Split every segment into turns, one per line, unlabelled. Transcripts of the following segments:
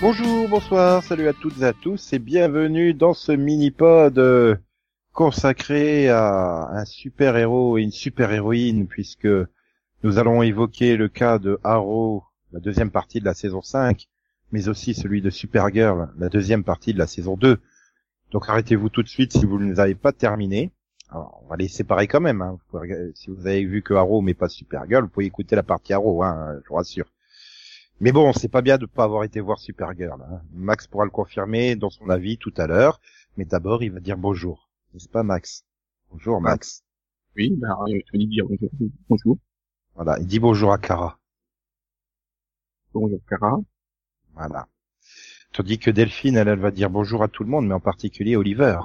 Bonjour, bonsoir, salut à toutes et à tous et bienvenue dans ce mini-pod euh, consacré à un super-héros et une super-héroïne puisque nous allons évoquer le cas de Arrow, la deuxième partie de la saison 5, mais aussi celui de Supergirl, la deuxième partie de la saison 2. Donc arrêtez-vous tout de suite si vous ne les avez pas terminés. Alors, on va les séparer quand même. Hein. Vous pouvez regarder- si vous avez vu que Arrow mais pas Supergirl, vous pouvez écouter la partie Arrow, hein, je vous rassure. Mais bon, c'est pas bien de pas avoir été voir Supergirl. Hein. Max pourra le confirmer dans son avis tout à l'heure, mais d'abord il va dire bonjour. N'est-ce pas Max Bonjour Max.
Oui, ben, euh, je voulais dire bonjour. Bonjour.
Voilà, il dit bonjour à Cara.
Bonjour, Clara.
Voilà. Tandis que Delphine, elle, elle va dire bonjour à tout le monde, mais en particulier Oliver.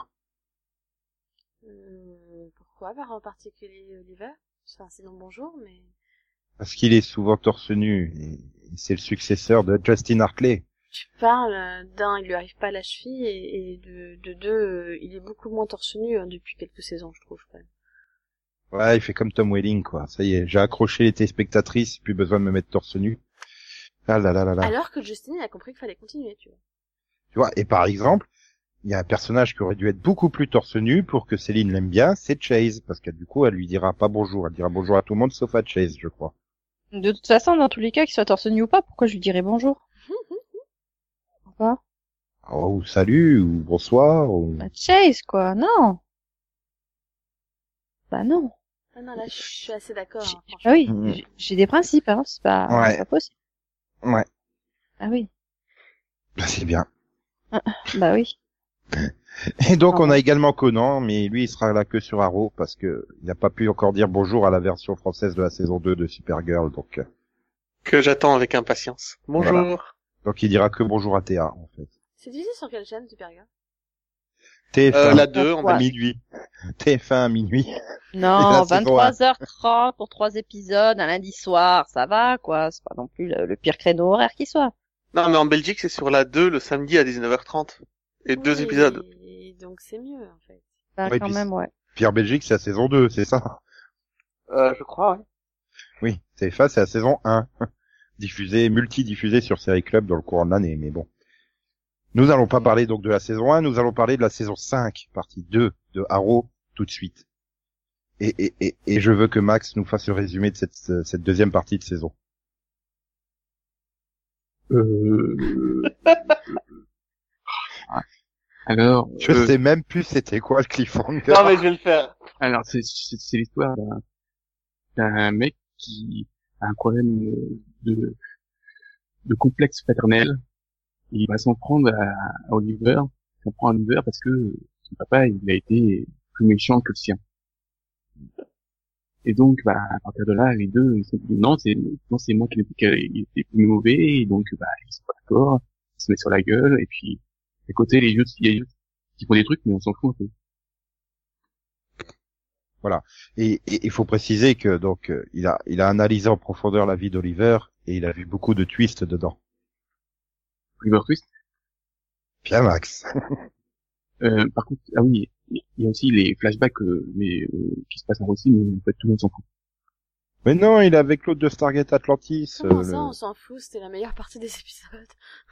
Euh, pourquoi par en particulier Oliver Enfin, c'est donc bonjour, mais
Parce qu'il est souvent torse nu, et c'est le successeur de Justin Hartley.
tu parles euh, d'un, il lui arrive pas à la cheville, et, et de, de deux, euh, il est beaucoup moins torse nu hein, depuis quelques saisons, je trouve. Quand même.
Ouais, il fait comme Tom Welling, quoi. Ça y est, j'ai accroché les téléspectatrices, plus besoin de me mettre torse nu. Ah là là là
Bah.
là.
Alors que Justine il a compris qu'il fallait continuer, tu vois.
Tu vois, et par exemple, il y a un personnage qui aurait dû être beaucoup plus torse nu pour que Céline l'aime bien, c'est Chase, parce que du coup, elle lui dira pas bonjour, elle dira bonjour à tout le monde sauf à Chase, je crois.
De toute façon, dans tous les cas, qu'il soit torse nu ou pas, pourquoi je lui dirais bonjour Pourquoi
Oh, ou salut, ou bonsoir, ou...
Bah Chase, quoi, non Bah non.
Ah non, là, je suis assez d'accord.
J'ai-
hein, franchement.
Ah oui,
Mhm.
j'ai- j'ai des principes, hein, c'est pas,
Ouais.
c'est pas possible.
Ouais.
Ah oui,
Bah, c'est bien.
bah oui.
Et donc, on a également Conan, mais lui, il sera là que sur Arrow, parce que il n'a pas pu encore dire bonjour à la version française de la saison 2 de Supergirl, donc, euh,
que j'attends avec impatience. Bonjour.
donc il dira que bonjour à Théa, en fait.
C'est diffusé sur quelle chaîne, hein. Supergirl
TF1
Euh, la 2, on
à
va
Ouais.
minuit. TF1 à minuit.
Non,
saison, hein.
23h30 pour trois épisodes, un lundi soir, ça va, quoi. C'est pas non plus le, le pire créneau horaire qui soit.
Non, mais en Belgique, c'est sur la 2 le samedi à 19h30. Et deux
Oui,
épisodes.
et donc c'est mieux, en fait.
Bah,
Ouais,
quand
puis-
même, ouais.
Puis en Belgique, c'est la saison 2, c'est ça
Euh, je crois, ouais.
Oui, TF1, c'est la saison 1. Diffusée, multi-diffusée sur Série Club dans le courant de l'année, mais bon. Nous allons pas parler donc de la saison 1, nous allons parler de la saison 5, partie 2 de Arrow, tout de suite. Et, et, et, et je veux que Max nous fasse le résumé de cette, cette deuxième partie de saison.
Euh... alors,
Je
euh,
sais même plus c'était quoi le cliffhanger.
Non, mais je vais le faire.
alors c'est, c'est, c'est l'histoire d'un, d'un mec qui a un problème euh, de, de complexe paternel. Il va s'en prendre à, à Oliver. Il s'en prend à Oliver parce que son papa, il a été plus méchant que le sien. Et donc, bah, à partir de là, les deux, ils se disent, non, c'est, non, c'est moi qui ai dit qu'il était plus mauvais, et donc, bah, ils sont pas d'accord, ils se mettent sur la gueule, et puis, à côté, les autres, il y a les autres qui font des trucs, mais on s'en fout un peu.
Et et il faut préciser que donc euh, il a il a analysé en profondeur la vie d'Oliver et il a vu beaucoup de twists dedans.
Oliver Twist.
Bien Max.
Euh, par contre, ah oui, il y a aussi les flashbacks, euh, mais, euh, qui se passent en Russie, mais en fait, tout le monde s'en fout.
Mais non, il est avec l'autre de Stargate Atlantis.
Comment
euh,
ça,
le-
on s'en fout, c'était la meilleure partie des épisodes.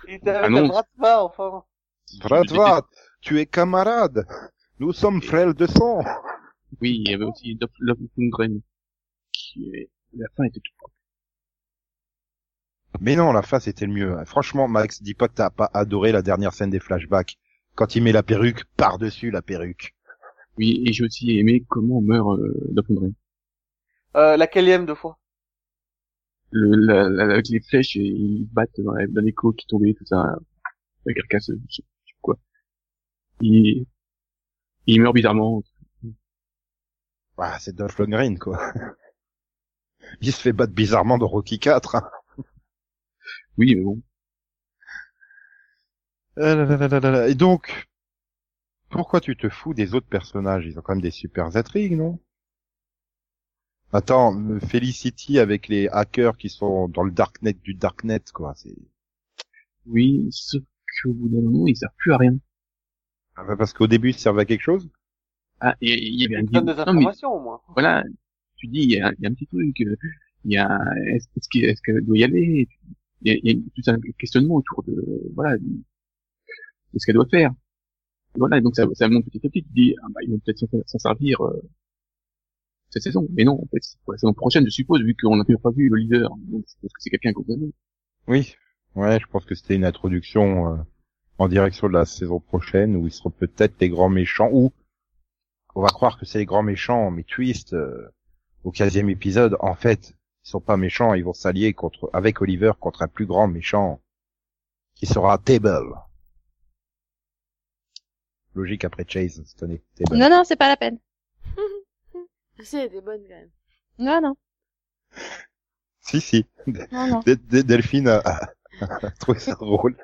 Il
Ah non.
t'arrête pas, enfin.
Bratva, tu es camarade. Nous sommes frères de sang.
Oui, il y avait aussi Dolph Dolph Lundgren, qui, est- la fin était toute propre.
Mais non, la fin c'était le mieux. hein. Franchement, Max, dis pas que t'as pas adoré la dernière scène des flashbacks. Quand il met la perruque par-dessus la perruque.
Oui, et j'ai aussi aimé comment meurt euh, Dolph Lundgren.
Euh, la quatrième de fois.
le, la, la- avec les flèches et ils battent dans, la- dans l'écho qui tombait, tout ça, la carcasse, je sais plus quoi. Il, il meurt bizarrement.
Ah, c'est Dolph Lundgren quoi. Il se fait battre bizarrement dans Rocky hein. 4.
Oui, mais bon.
Ah là là là là là là. Et donc, pourquoi tu te fous des autres personnages Ils ont quand même des super intrigues, non Attends, euh, Felicity avec les hackers qui sont dans le darknet du darknet, quoi. C'est
Oui, sauf qu'au bout d'un moment, il sert plus à rien.
Ah bah parce qu'au début, ils servaient à quelque chose.
Ah, il y a- il y avait un
Donne des
Non, mais
informations, au moins.
voilà, tu dis, il y, a il y a un petit truc, euh, il y a, est-ce est-ce que- est-ce qu'elle doit y aller il y a, il y a tout un questionnement autour de voilà de ce qu'elle doit faire. Voilà, et donc ça, ça monte petit à petit. Tu te dis, ah, bah, ils vont peut-être s'en- s'en servir euh, cette saison. Mais non, en fait, c'est pour la saison prochaine, je suppose, vu qu'on n'a toujours pas vu le leader. Donc je pense que c'est quelqu'un qu'on connaît.
Oui, ouais, je pense que c'était une introduction euh, en direction de la saison prochaine où ils seront peut-être les grands méchants ou on va croire que c'est les grands méchants, mais twist euh, au 15e épisode, en fait, ils sont pas méchants, ils vont s'allier contre avec Oliver contre un plus grand méchant qui sera Table. Logique après Chase cette année. Table.
Non, non, c'est pas la peine.
C'est des bonnes, quand même.
Non, non,
Si si,
non, non.
Del- Del- Delphine a, a- a trouvé ça drôle.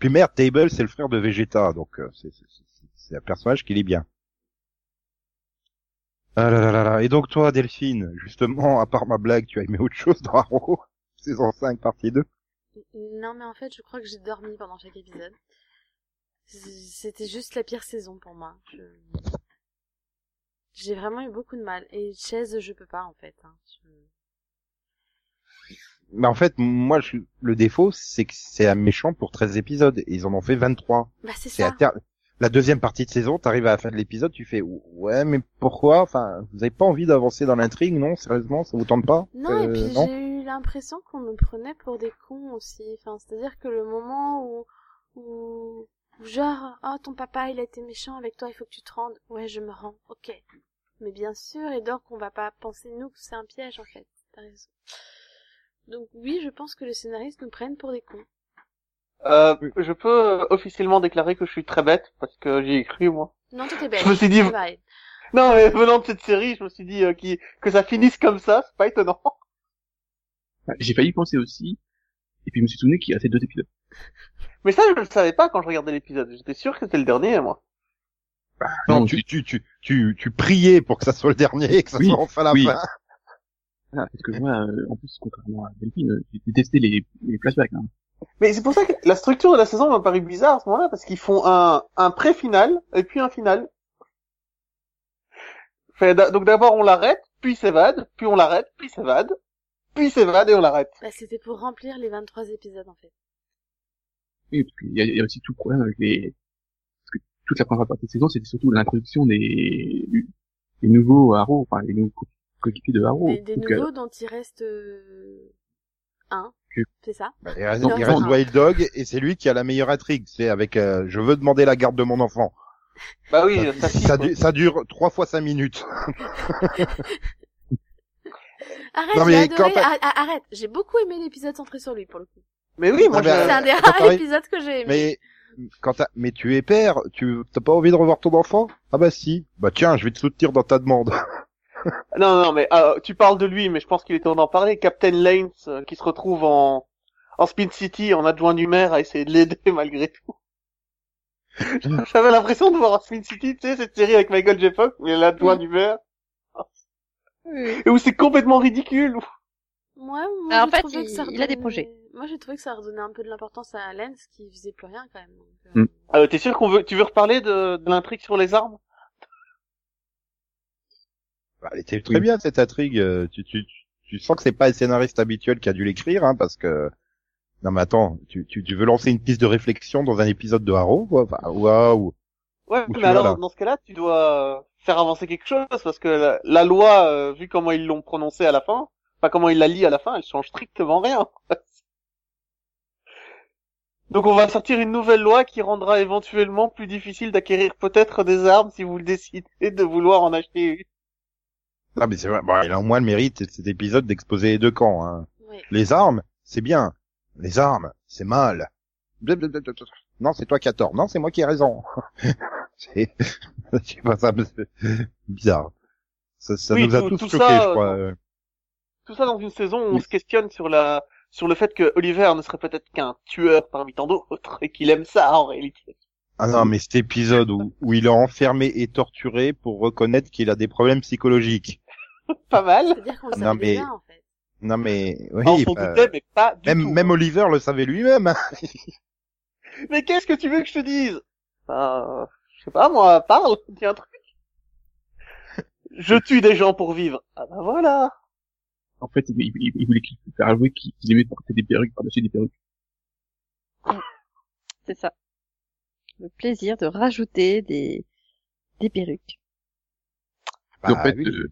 Puis merde, Table, c'est le frère de Vegeta, donc euh, c'est- c'est c'est- c'est un personnage qui lit bien. Ah là là là là. Et donc toi, Delphine, justement, à part ma blague, tu as aimé autre chose dans Arrow Saison 5, partie 2
Non, mais en fait, je crois que j'ai dormi pendant chaque épisode. C- C'était juste la pire saison pour moi. Je- J'ai vraiment eu beaucoup de mal. Et chaise, je peux pas, en fait. hein. Je-
Mais en fait, moi, je- le défaut, c'est que c'est un méchant pour 13 épisodes, et ils en ont fait 23.
Bah, c'est
C'est à
ça.
terme. La deuxième partie de saison, t'arrives à la fin de l'épisode, tu fais ouais, mais pourquoi Enfin, vous avez pas envie d'avancer dans l'intrigue, non Sérieusement, ça vous tente pas
Non,
Euh,
et puis
non
j'ai eu l'impression qu'on nous prenait pour des cons aussi. Enfin, c'est-à-dire que le moment où, où, où genre, oh, ton papa, il a été méchant avec toi, il faut que tu te rendes. Ouais, je me rends. Ok. Mais bien sûr, et donc, on va pas penser, nous, que c'est un piège, en fait. T'as raison. Donc oui, je pense que les scénaristes nous prennent pour des cons.
Euh, je peux euh, officiellement déclarer que je suis très bête parce que j'y ai cru moi.
Non, tout est bête.
Je me suis dit-
Ça va, et-
Non, mais venant de cette série, je me suis dit euh, qui- que ça finisse comme ça, c'est pas étonnant.
Enfin, J'ai failli y penser aussi. Et puis je me suis souvenu qu'il restait deux épisodes.
Mais ça, je le savais pas quand je regardais l'épisode. J'étais sûr que c'était le dernier, moi.
Non,
non,
tu, tu, tu, tu, tu priais pour que ça soit le dernier, que ça
Oui,
soit enfin la
oui.
fin.
Voilà, parce que moi, euh, en plus, contrairement à Delphine, euh, j'ai détesté les, les flashbacks. hein.
Mais c'est pour ça que la structure de la saison m'a paru bizarre à ce moment-là, parce qu'ils font un, un pré-final, et puis un final. Fait d'a- donc d'abord on l'arrête, puis il s'évade, puis on l'arrête, puis il s'évade, puis il s'évade et on l'arrête.
Bah, c'était pour remplir les 23 épisodes, en fait.
Oui, parce qu'il y, a- il y a aussi tout le problème avec les... Parce que toute la première partie de saison, c'était surtout l'introduction des... du- des nouveaux Haro, enfin, les nouveaux co- coéquipiers de
Oh,
Haro.
Des, des
Donc, euh,
nouveaux dont il reste euh, un.
Que-
C'est ça
Bah, Il reste,
Non,
il
ça
reste
va.
Wild Dog et c'est lui qui a la meilleure intrigue. C'est avec euh, je veux demander la garde de mon enfant.
Bah oui, ça,
Ça, du- ça dure trois fois cinq minutes.
Arrête,
Non,
j'ai
mais
adoré.
quand-
Ah, ah, arrête, j'ai beaucoup aimé l'épisode centré sur lui pour le coup.
Mais oui, moi
Ah bah,
je-
C'est un des
quand
rares
t'arrives-
épisodes que j'ai aimé.
Mais quand t'as- mais tu es père, tu t'as pas envie de revoir ton enfant Ah bah si. Bah tiens, je vais te soutenir dans ta demande.
Non, non, mais euh, tu parles de lui, mais je pense qu'il est temps d'en parler. Captain Lanes, euh, qui se retrouve en, en Spin City, en adjoint du maire, à essayer de l'aider malgré tout. J'avais l'impression de voir en Spin City, tu sais, cette série avec Michael J. Fox, où il est l'adjoint
Mm.
du maire,
Oui.
et où c'est complètement ridicule. où-
Moi, moi
Alors, Bah,
j'ai
en fait,
trouvé que ça
il- il a des
redonnait-
projets.
Moi, j'ai trouvé que ça redonnait un peu de l'importance à Lens qui faisait plus rien quand même. donc, euh,
Hmm.
Euh, T'es sûr qu'on veut, tu veux reparler de, de l'intrigue sur les armes
Bah, elle était très
Oui.
bien cette intrigue. Euh, Tu, tu, tu- tu sens que c'est pas le scénariste habituel qui a dû l'écrire, hein, parce que non mais attends, tu, tu, tu veux lancer une piste de réflexion dans un épisode de Harrow, quoi Enfin, euh, Waouh
Ouais,
Où tu
mais
vas,
alors
là
dans ce cas-là, tu dois euh, faire avancer quelque chose parce que la, la loi, euh, vu comment ils l'ont prononcée à la fin, enfin comment ils la lient à la fin, elle change strictement rien. Donc on va sortir une nouvelle loi qui rendra éventuellement plus difficile d'acquérir peut-être des armes si vous le décidez de vouloir en acheter une.
Ah mais c'est vrai. Bon, il a au moins le mérite cet épisode d'exposer les deux camps. Hein.
ouais.
Les armes, c'est bien. Les armes, c'est mal. Blablabla. Non, c'est toi qui as tort. Non, c'est moi qui ai raison. c'est, je sais pas ça, me- bizarre. Ça, ça
Oui,
nous a
tout-
tous
tout
choqués,
ça,
je
euh,
crois. euh.
Tout ça dans une saison où on
Oui.
se questionne sur la sur le fait que Oliver ne serait peut-être qu'un tueur parmi tant d'autres et qu'il aime ça en réalité.
Ah non, mais cet épisode où, où il est enfermé et torturé pour reconnaître qu'il a des problèmes psychologiques.
Pas mal.
C'est-à-dire qu'on le
Non,
savait
mais-
déjà en fait.
Non mais oui,
on s'en
bah,
doutait, mais pas du
même
tout.
même Oliver le savait lui-même. hein.
Mais qu'est-ce que tu veux que je te dise Bah, euh, je sais pas moi, parle, dis un truc. Je tue des gens pour vivre. Ah bah voilà.
en fait, il, il- il voulait qu'il- faire avouer qu'il qu'il aimait porter des perruques par-dessus des perruques.
C'est ça. Le plaisir de rajouter des, des perruques.
Et en fait,
Bah oui,
euh,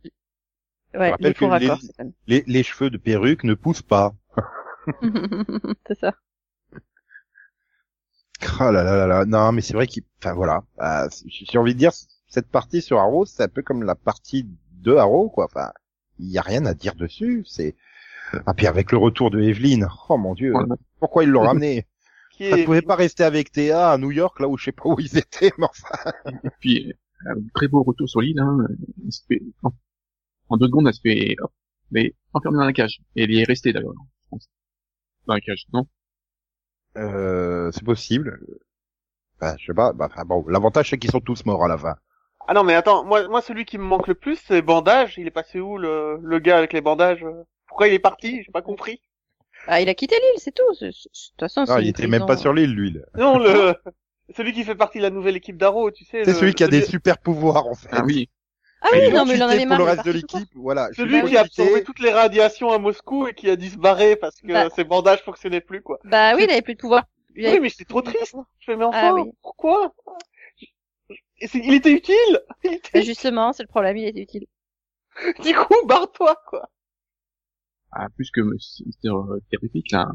Ouais,
rappelle
les faux
que
raccords,
les-
c'est fun.
les, les cheveux de perruque ne poussent pas.
c'est ça.
Ah là là là là, non mais c'est vrai qu'il, enfin voilà, Euh, c- j'ai envie de dire cette partie sur Arrow, c'est un peu comme la partie de Arrow quoi. Enfin, il y a rien à dire dessus. C'est ah puis avec le retour de Evelyn, oh mon dieu,
Voilà.
pourquoi ils l'ont ramené
Qui
Ça ne
est...
pouvait pas rester avec Théa à New York là où je sais pas où ils étaient, mais enfin.
Et puis, euh, un très beau retour sur l'île, hein. Elle se fait- en, en deux secondes, elle se fait, hop, mais enfermée dans la cage. Et elle y est restée d'ailleurs, je pense. Dans la cage, non?
Euh, c'est possible. Enfin, je sais pas. bah, enfin, bon, l'avantage c'est qu'ils sont tous morts à la fin.
Ah non, mais attends, moi, moi, celui qui me manque le plus, c'est Bandage. Il est passé où, le, le gars avec les bandages euh Pourquoi il est parti J'ai pas compris.
Ah, il a quitté l'île, c'est tout. C'est- c'est- De toute façon,
Non,
Ah, c'est
il
une
était même
prison.
pas sur l'île lui. là.
Non, le... Celui qui fait partie de la nouvelle équipe d'Arrow, tu sais.
C'est
le-
celui qui a des
celui,
super pouvoirs en fait.
Ah oui.
Ah
Ils
oui,
l'ont
non, mais il en
quitté
avait marre.
pour
il
le
est
reste de
parti, quoi.
l'équipe. Voilà. je
celui
l'ai
qui a
quitté.
absorbé toutes les radiations à Moscou et qui a dû se barrer parce que
Bah.
ses bandages fonctionnaient plus, quoi.
Bah oui, il avait plus de pouvoir. Il avait
Oui, mais c'est trop triste. Je fais, mais enfin,
Ah oui.
pourquoi Et c'est- Il était utile Il
Mais
était...
justement, c'est le problème, il était utile.
Du coup, barre-toi, quoi.
Ah, plus que Mister euh, Terrific, là.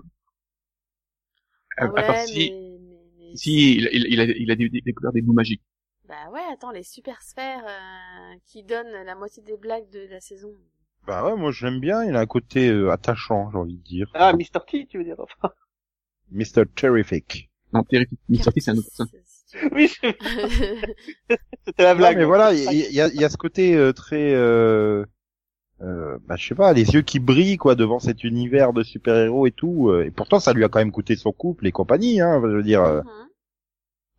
À,
Ah
à part si,
mais, mais- mais-
si, il, il, il a, il a dé- dé- découvert des bouts magiques.
Bah ouais, attends, les super sphères euh, qui donnent la moitié des blagues de la saison.
Bah ouais, moi j'aime bien, il a un côté euh, attachant, j'ai envie de dire.
Ah, Mr. T, tu veux dire. Enfin,
Mr. Terrific.
Non, Terrific. Mister T, c'est un autre personne.
oui, c'est-
oui.
c'était la
Non,
blague.
mais voilà, il y, il y a, il y a ce côté euh, très... Euh, euh, bah je sais pas, les yeux qui brillent quoi devant cet univers de super-héros et tout. euh, et pourtant ça lui a quand même coûté son couple et compagnie, hein, je veux dire. euh,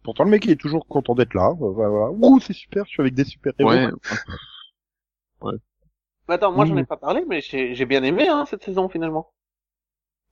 pourtant le mec il est toujours content d'être là. euh, Voilà, voilà. Ouh, c'est super, je suis avec des super-héros.
Ouais.
Mais attends, moi j'en ai
Mm.
pas parlé, mais j'ai j'ai bien aimé hein, cette saison finalement.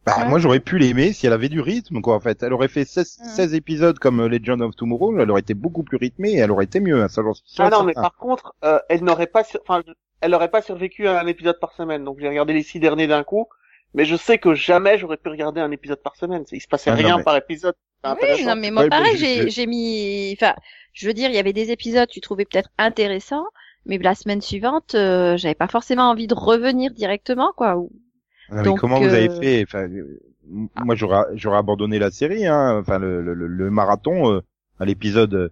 Bah
Ouais.
moi j'aurais pu l'aimer si elle avait du rythme quoi en fait. Elle aurait fait 16,
Mhm.
16 épisodes comme euh, Legend of Tomorrow, elle aurait été beaucoup plus rythmée et elle aurait été mieux. hein, ça, j'en suis sûr
Ah
et
non, mais
certain.
par contre, euh, elle n'aurait pas, sur- enfin, je- elle n'aurait pas survécu à un épisode par semaine. Donc j'ai regardé les six derniers d'un coup, mais je sais que jamais j'aurais pu regarder un épisode par semaine. Il se passait
Ah non,
rien
mais-
par épisode. C'est
Ah,
Oui,
intéressant.
non, mais moi,
Ouais, mais
pareil,
je-
j'ai,
je-
j'ai mis, enfin, je veux dire, il y avait des épisodes, tu trouvais peut-être intéressants, mais la semaine suivante, euh, j'avais pas forcément envie de revenir directement, quoi. Ou-
Non, ah, mais
Donc,
comment vous
euh,
avez fait enfin, euh, m- Moi, j'aurais, j'aurais abandonné la série. Hein. Enfin, le, le, le- le marathon, euh, à l'épisode euh,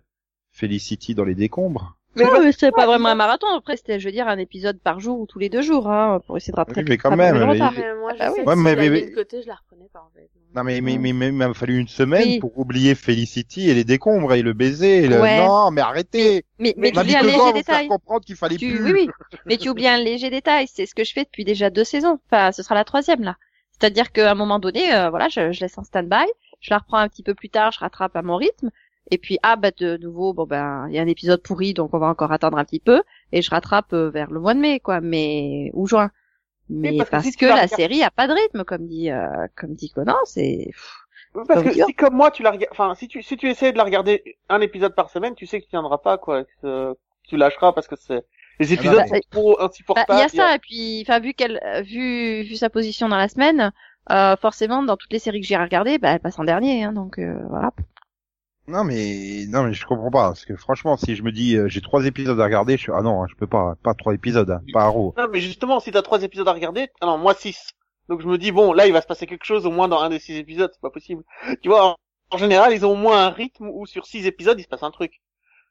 Felicity dans les décombres.
Mais
non,
parce
mais c'est
ouais,
pas vraiment
mais-
un marathon. Après, c'était, je veux dire, un épisode par jour ou tous les deux jours, hein, pour essayer de rattraper.
Oui, mais quand
rattraper
même,
le
mais-
retard.
moi, je
Ah bah
sais
oui.
que
Ouais,
si
mais-
je l'avais
mais-
de côté, je la reprenais pas en fait.
Non, mais mais
Mm.
mais, mais il m'a fallu une semaine
Oui.
pour oublier Felicity et les décombres et le baiser. Et le...
Ouais.
Non, mais arrêtez
Mais,
Mais
mais,
On a
tu
mis
oublies un
deux ans
léger
à vous faire
détail.
comprendre qu'il fallait
Tu,
plus.
oui, oui. Mais tu oublies un léger détail. C'est ce que je fais depuis déjà deux saisons. Enfin, ce sera la troisième, là. C'est-à-dire qu'à un moment donné, euh, voilà, je, je laisse en stand-by. Je la reprends un petit peu plus tard. Je rattrape à mon rythme. Et puis, ah, bah, de nouveau, bon, ben, il y a un épisode pourri, donc on va encore attendre un petit peu. Et je rattrape euh, vers le mois de mai, quoi. Mais, ou juin. Mais
parce
parce,
que si tu
que,
la
la
regardes-
série a pas de rythme, comme dit, euh, comme dit Conan, c'est,
Parce
Comme
que
dire.
si comme moi tu la regardes, enfin si tu si tu essayes de la regarder un épisode par semaine, tu sais que tu tiendras pas quoi, que euh, tu lâcheras parce que c'est les épisodes
bah,
sont
bah,
trop
Bah,
insupportables.
il y a ça et puis enfin vu qu'elle euh, vu vu sa position dans la semaine euh, forcément dans toutes les séries que j'ai regardées bah, elle passe en dernier hein, donc euh, voilà
Non mais non mais je comprends pas parce que franchement si je me dis euh, j'ai trois épisodes à regarder je suis ah non hein, je peux pas pas trois épisodes hein, pas Arrow
Non mais justement, si t'as trois épisodes à regarder, ah non moi six. Donc je me dis bon là il va se passer quelque chose au moins dans un des six épisodes, c'est pas possible. Tu vois, en, en général ils ont au moins un rythme où sur six épisodes il se passe un truc.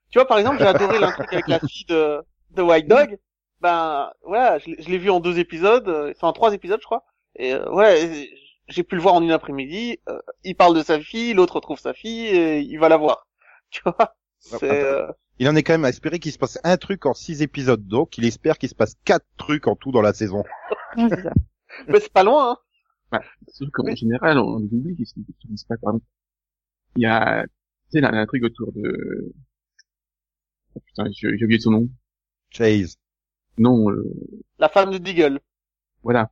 Tu vois par exemple j'ai adoré l'intrigue avec la fille de, de White Dog. Ben voilà, je, l'ai- je l'ai vu en deux épisodes, euh, enfin en trois épisodes je crois. Et euh, ouais j'ai pu le voir en une après-midi. euh, il parle de sa fille, l'autre retrouve sa fille et il va la voir. Tu vois, c'est euh,
Il en est quand même à espérer qu'il se passe un truc en six épisodes, donc il espère qu'il se passe quatre trucs en tout dans la saison.
Ouais, c'est ça.
mais c'est pas loin. Hein.
Sauf qu'en général, on on les oublie, qu'est-ce qui se passe pas, pardon. Il y a, tu sais, la- l'intrigue autour de, oh, putain, j'ai j'ai oublié son nom.
Chase.
Non, euh,
La femme de Deagle.
voilà.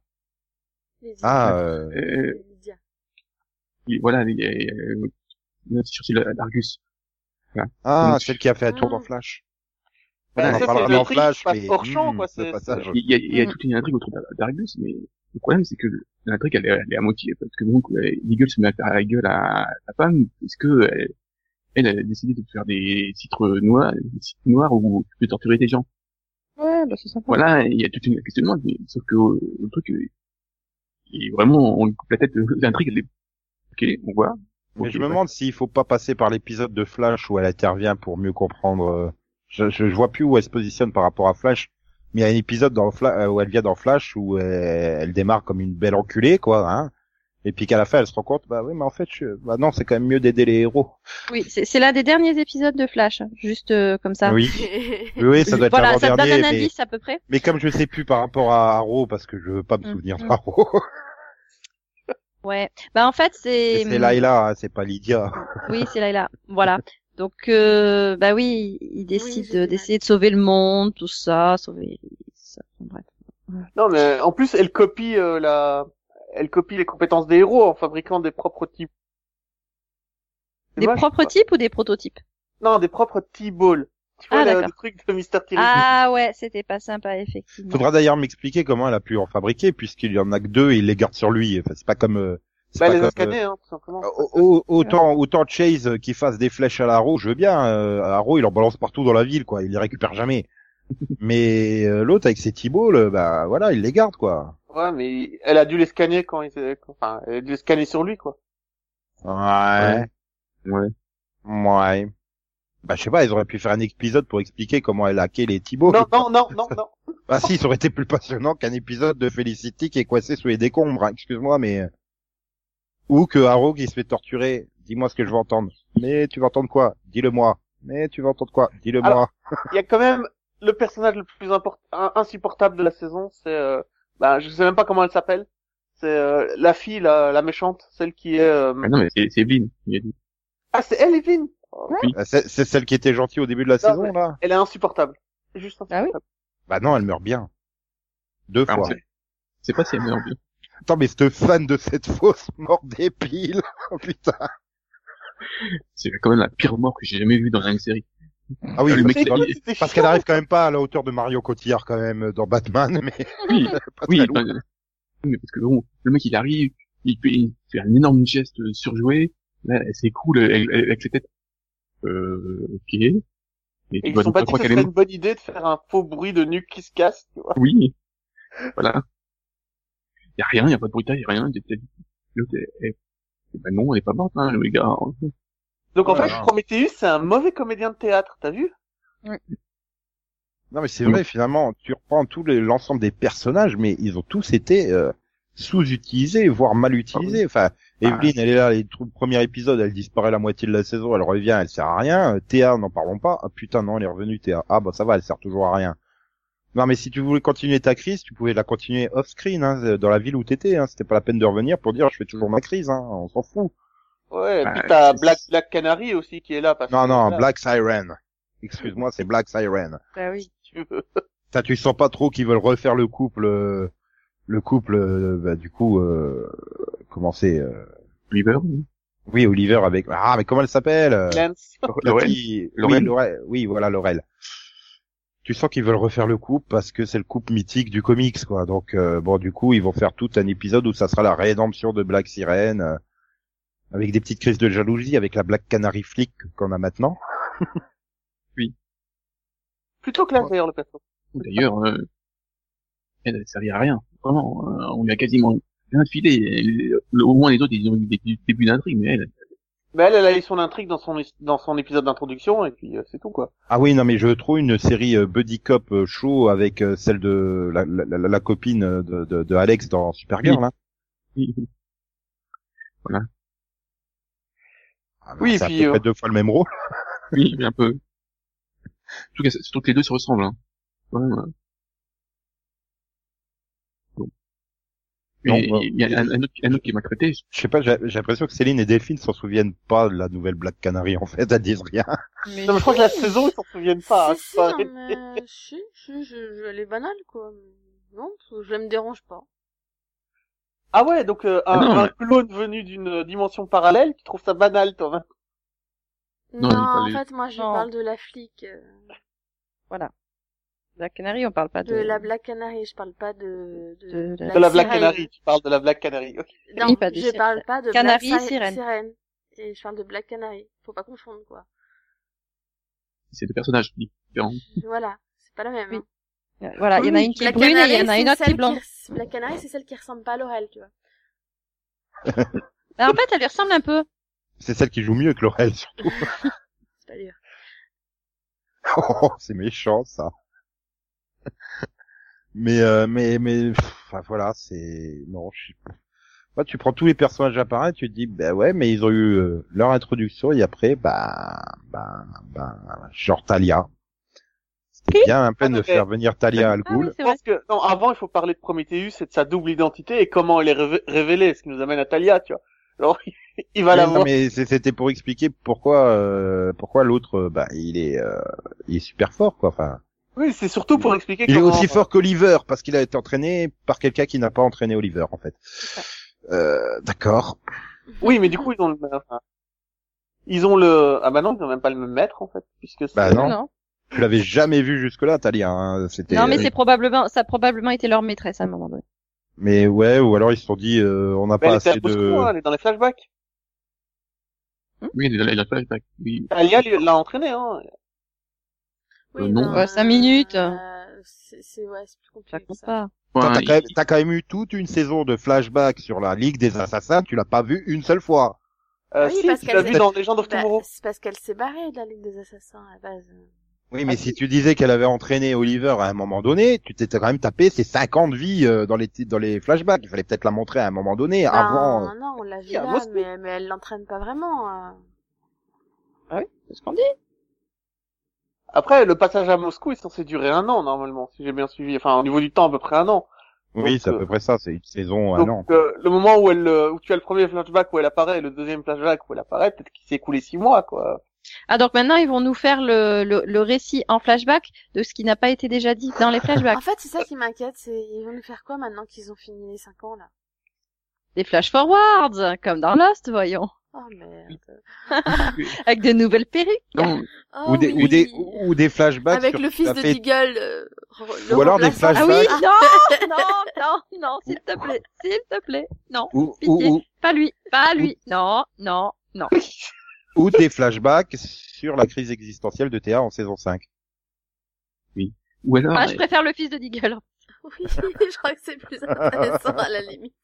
Ah, euh,
Euh, il- voilà, il y a, euh, il y a sur- sur l'Argus.
ah
Donc-
celle qui ah, a fait un tour dans
Ah.
Flash. on
Bah,
en
ça,
parlera
c'est le
dans
tri
Flash,
qui passe
mais,
pour champ,
hmm,
quoi,
ce
c'est-
passage.
Il y a, il y a
Mm.
toute une intrigue autour d'Ar- d'Argus, mais le problème c'est que l'intrigue elle, est- elle est à moitié parce que donc euh, Eagle se met à faire la gueule à sa femme parce que elle, elle a décidé de faire des citres noirs, des citres noirs ou de torturer des gens.
Ouais, bah c'est sympa.
Voilà, il y a toute une questionnement, mais, sauf que euh, le truc euh, il est vraiment on lui coupe la tête. euh, L'intrigue elle est ok, on voit.
Mais
Ok, bah,
je me
ouais.
demande s'il faut pas passer par l'épisode de Flash où elle intervient pour mieux comprendre. euh, Je, je, je vois plus où elle se positionne par rapport à Flash, mais il y a un épisode dans Fla- euh, où elle vient dans Flash où elle, elle démarre comme une belle enculée, quoi. Hein et puis qu'à la fin, elle se rend compte, bah oui, mais en fait, je... bah non, c'est quand même mieux d'aider les héros.
Oui, c'est c'est l'un des derniers épisodes de Flash, hein, juste euh, comme ça.
Oui, oui, oui, ça doit être
voilà, ça te donne
l'avant-dernier,
un
mais,
indice à peu près.
mais comme je sais plus par rapport à Arrow, parce que je veux pas me
Mm.
souvenir
Mm.
d'Arrow,
Ouais. Bah en fait c'est.
c'est Laila, hein, c'est pas Lydia.
Oui, c'est Laila. Voilà. Donc, euh, bah oui, il il
j'ai
décide
du mal.
d'essayer de sauver le monde, tout ça, sauver. Ça. Enfin, bref.
Non, mais en plus, elle copie euh, la, elle copie les compétences des héros en fabriquant des propres types. C'est
Des
moche,
propres
quoi.
types ou des prototypes
Non, des propres T-balls. Tu vois
Ah,
le-
d'accord.
le truc de Mister Terry.
Ah ouais, c'était pas sympa effectivement.
Faudra d'ailleurs m'expliquer comment elle a pu en fabriquer, puisqu'il y en a que deux et il les garde sur lui. Enfin, c'est pas comme, euh, c'est
bah,
pas
elle les
comme,
a scannés, hein, tout simplement.
euh, au- au- autant, autant Chase euh, qui fasse des flèches à l'Arrow, je veux bien. euh, Arrow, il en balance partout dans la ville, quoi. Il les récupère jamais. Mais euh, l'autre avec ses T-balls, bah voilà, il les garde, quoi.
Ouais, mais elle a dû les scanner quand ils, euh, quand- enfin, elle a dû les scanner sur lui, quoi.
Ouais.
Ouais.
Ouais. Bah je sais pas, ils auraient pu faire un épisode pour expliquer comment elle a hacké les T-balls.
Non, non, non, non, non.
Bah si, ça aurait été plus passionnant qu'un épisode de Felicity qui est coincé sous les décombres, hein, excuse-moi, mais... Ou que Haro qui se fait torturer, dis-moi ce que je veux entendre. Mais tu vas entendre quoi Dis-le-moi. Mais tu vas entendre quoi Dis-le-moi.
Alors- Il y a quand même le personnage le plus import- un- insupportable de la saison, c'est, euh, bah, je sais même pas comment elle s'appelle. C'est euh, la fille, la, la méchante, celle qui est. euh,
Ah non mais c'est c'est Evelyn. Il a dit.
Ah, c'est elle, Evelyn.
Euh, C'est c'est celle qui était gentille au début de la
Non,
saison,
mais-
là
Elle est insupportable. Juste
Ah oui.
insupportable.
Bah non, elle meurt bien. Deux fois.
Alors, Ah, c'est- c'est pas si elle meurt bien.
Attends, mais cette fan de cette fausse mort des piles Oh putain
C'est quand même la pire mort que j'ai jamais vue dans une série.
Ah oui,
Le
parce,
mec,
C'est
que dans-
quoi, c'était
parce
chiant.
qu'elle arrive quand même pas à la hauteur de Mario Cotillard, quand même, dans Batman, mais...
Oui,
pas
oui,
très loin.
ben, mais parce que bon, le mec il arrive, il, fait- il fait un énorme geste euh, surjoué, là elle s'écroule elle- elle- avec les têtes. Euh, ok. Et
Et
tu
ils
vois
se sont
donc pas
pas dit que
croire
ce
qu'elle est
serait une
morte.
bonne idée de faire un faux bruit de nuque qui se casse, tu vois.
Oui. Voilà. Y a rien, y a pas de bruitage, y a rien. t'es- t'es- L'autre, elle, elle- eh ben non, elle est pas morte, hein, le gars.
Donc en
Voilà.
fait, Prometheus, c'est un mauvais comédien de théâtre, t'as vu
Non, mais c'est
Oui.
vrai, finalement, tu reprends tout le- l'ensemble des personnages, mais ils ont tous été euh, sous-utilisés, voire mal utilisés. Enfin, Evelyn, elle est là, les tout premier épisode, elle disparaît la moitié de la saison, elle revient, elle sert à rien. Euh, Théa, n'en parlons pas. Ah putain, non, elle est revenue, Théa. Ah bah ça va, elle sert toujours à rien. Non, mais si tu voulais continuer ta crise, tu pouvais la continuer off-screen, hein, dans la ville où t'étais. Hein. C'était pas la peine de revenir pour dire, je fais toujours ma crise, hein, on s'en fout.
Ouais, et
Bah,
puis t'as
c'est-
Black, Black Canary aussi qui est là. Parce
Non,
que
non,
là,
Black Siren. Excuse-moi, c'est Black Siren.
Bah oui.
tu veux.
Ça, tu sens pas trop qu'ils veulent refaire le couple, euh, le couple, euh, bah, du coup, euh, comment c'est euh,
Oliver.
Oui, Oliver avec. Ah, mais comment elle s'appelle euh,
Lance.
la
Laurel.
fille- Oui,
Laurel.
Laurel. Oui, voilà, Laurel. Tu sens qu'ils veulent refaire le couple parce que c'est le couple mythique du comics, quoi. Donc, euh, bon, du coup, ils vont faire tout un épisode où ça sera la rédemption de Black Siren, euh, avec des petites crises de jalousie, avec la Black Canary flic qu'on a maintenant.
Plutôt classe d'ailleurs le perso.
D'ailleurs, euh, elle, elle servait à rien. Vraiment, euh, on lui a quasiment rien filé. Elle- le- Au moins les autres, ils ont eu des, des débuts d'intrigue, mais elle,
Mais elle, elle a eu son intrigue dans son, dans son épisode d'introduction, et puis euh, c'est tout quoi.
Ah oui, non, mais je trouve une série euh, Buddy Cop euh, show avec euh, celle de la, la, la- la copine euh, de, de, de Alex dans Supergirl. hein. Ah, bah,
Oui,
c'est à
puis,
peu près
euh,
deux fois le même rôle.
oui, mais un peu. En tout cas, surtout que les deux se ressemblent. Hein. Quand même, hein. Bon.
Non,
Et
bah,
Il y a un, un autre, un autre qui m'a traité.
Je sais pas, j'ai j'ai l'impression que Céline et Delphine s'en souviennent pas de la nouvelle Black Canary, en fait, elles disent rien.
Mais
Non, mais je crois que la saison, ils s'en souviennent pas. hein,
Si,
c'est pas
si, non, mais... euh, si, si, je, je, elle est banale, quoi. Non, je la me dérange pas.
Ah ouais, donc euh, un,
Ah non,
un
ouais.
clone venu d'une dimension parallèle qui trouve ça banal, toi. hein.
Non,
Non,
il
en
fallait-
fait, moi, je
Non.
parle de la flic. euh.
Voilà. Black Canary, on parle pas de...
De la Black Canary, je parle pas de...
De la-
De la Black
sirène.
Canary, tu parles de la Black Canary. ok.
Non,
Oui, pas de
je
sirène.
parle pas de
Canary,
Black Sire-
sirène.
Et je parle de Black Canary. Faut pas confondre, quoi.
C'est deux personnages différents.
voilà. C'est pas la même.
Oui.
hein.
Ouais, Euh, Voilà, il y en a une qui est
Black
brune et il y en a
Canary,
une
c'est
autre qui est
celle
blonde.
res- Black Canary, c'est celle qui ressemble pas à Laurel, tu vois.
Bah, en fait, elle lui ressemble un peu.
C'est celle qui joue mieux que Laurel. surtout.
C'est pas dur.
Oh, c'est méchant ça. mais euh, mais mais pff, enfin, voilà, c'est non, je sais pas. Moi, tu prends tous les personnages à part un, tu te dis bah ouais, mais ils ont eu euh, leur introduction et après bah bah bah genre Talia. C'était bien à peine
Ah,
de
ok.
faire venir Talia Al
Ah oui,
Ghul.
c'est
Je
vrai.
pense que, non, avant, il faut parler de Prometheus et de sa double identité et comment elle est révé- révélée, ce qui nous amène à Talia, tu vois. Alors, il va la
Oui, non,
voir.
mais c'est- c'était pour expliquer pourquoi euh, pourquoi l'autre euh, bah il est euh, il est super fort quoi. Enfin,
Oui, c'est surtout pour expliquer
il est
comment...
aussi fort qu'Oliver parce qu'il a été entraîné par quelqu'un qui n'a pas entraîné Oliver en fait. Euh, D'accord.
Oui, mais du coup, ils ont le, enfin, ils ont le, ah bah non, ils ont même pas le même maître, en fait, puisque c'est...
Bah non.
Non,
Tu l'avais jamais vu jusque-là, Talia. Hein. C'était.
Non, mais
euh,
c'est probablement, ça a probablement été leur maîtresse à un moment donné.
mais ouais, ou alors ils se sont dit euh, on n'a
Mais
pas
elle était à
assez
Moscou,
de.
hein, elle est dans les flashbacks.
Oui, il a, il a pas, oui.
Talia lui- l'a entraîné, hein.
Euh, non.
Ouais, cinq minutes.
ben, euh, c'est, c'est, ouais, c'est plus
Ça
compliqué. que
compte
ça.
pas.
Attends,
Enfin,
T'as
il-
quand, même- t'as quand même eu toute une saison de flashbacks sur la Ligue des Assassins. Tu l'as pas vu une seule fois.
Euh,
Oui,
si,
parce
tu l'as
qu'elle
vu
est-
dans Legend of
Bah,
Tomorrow.
c'est parce qu'elle s'est barrée de la Ligue des Assassins à la base.
Oui, mais si tu disais qu'elle avait entraîné Oliver à un moment donné, tu t'étais quand même tapé ses 50 vies euh, dans les ti- dans les flashbacks. Il fallait peut-être la montrer à un moment donné
Ah
avant.
Ben, non, on l'a vu
à
là,
Moscou.
mais, mais elle l'entraîne pas vraiment. euh.
C'est ce qu'on dit.
Après, le passage à Moscou est censé durer un an, normalement, si j'ai bien suivi. Enfin, au niveau du temps, à peu près un an.
Oui,
Donc,
c'est à
euh,
peu près ça. C'est une saison, un an.
Donc, euh, le moment où elle, euh, où tu as le premier flashback où elle apparaît et le deuxième flashback où elle apparaît, peut-être qu'il s'est écoulé six mois, quoi.
Ah, donc maintenant, ils vont nous faire le, le, le récit en flashback de ce qui n'a pas été déjà dit dans les flashbacks.
En fait, c'est ça qui m'inquiète, c'est ils vont nous faire quoi maintenant qu'ils ont fini les 5 ans là
Des flash forwards, comme dans Lost, voyons.
Oh merde.
Avec de nouvelles perruques.
non,
Ah
Oh,
ou des
oui.
ou des ou des flashbacks
Avec
sur
le
ce qu'il
fils
a
de
fait
Deagle. euh, re- le
Ou alors des
remplaçant.
Ah oui,
flashbacks.
non, non, non, non, s'il te plaît, s'il te plaît. Non,
ou, ou,
Pitié.
ou-
pas lui, pas lui. Non, non, non.
ou des flashbacks sur la crise existentielle de Théa en saison 5.
ou alors,
Ah, je préfère le fils de Deagle.
ah Oui, je crois que c'est plus intéressant à la limite.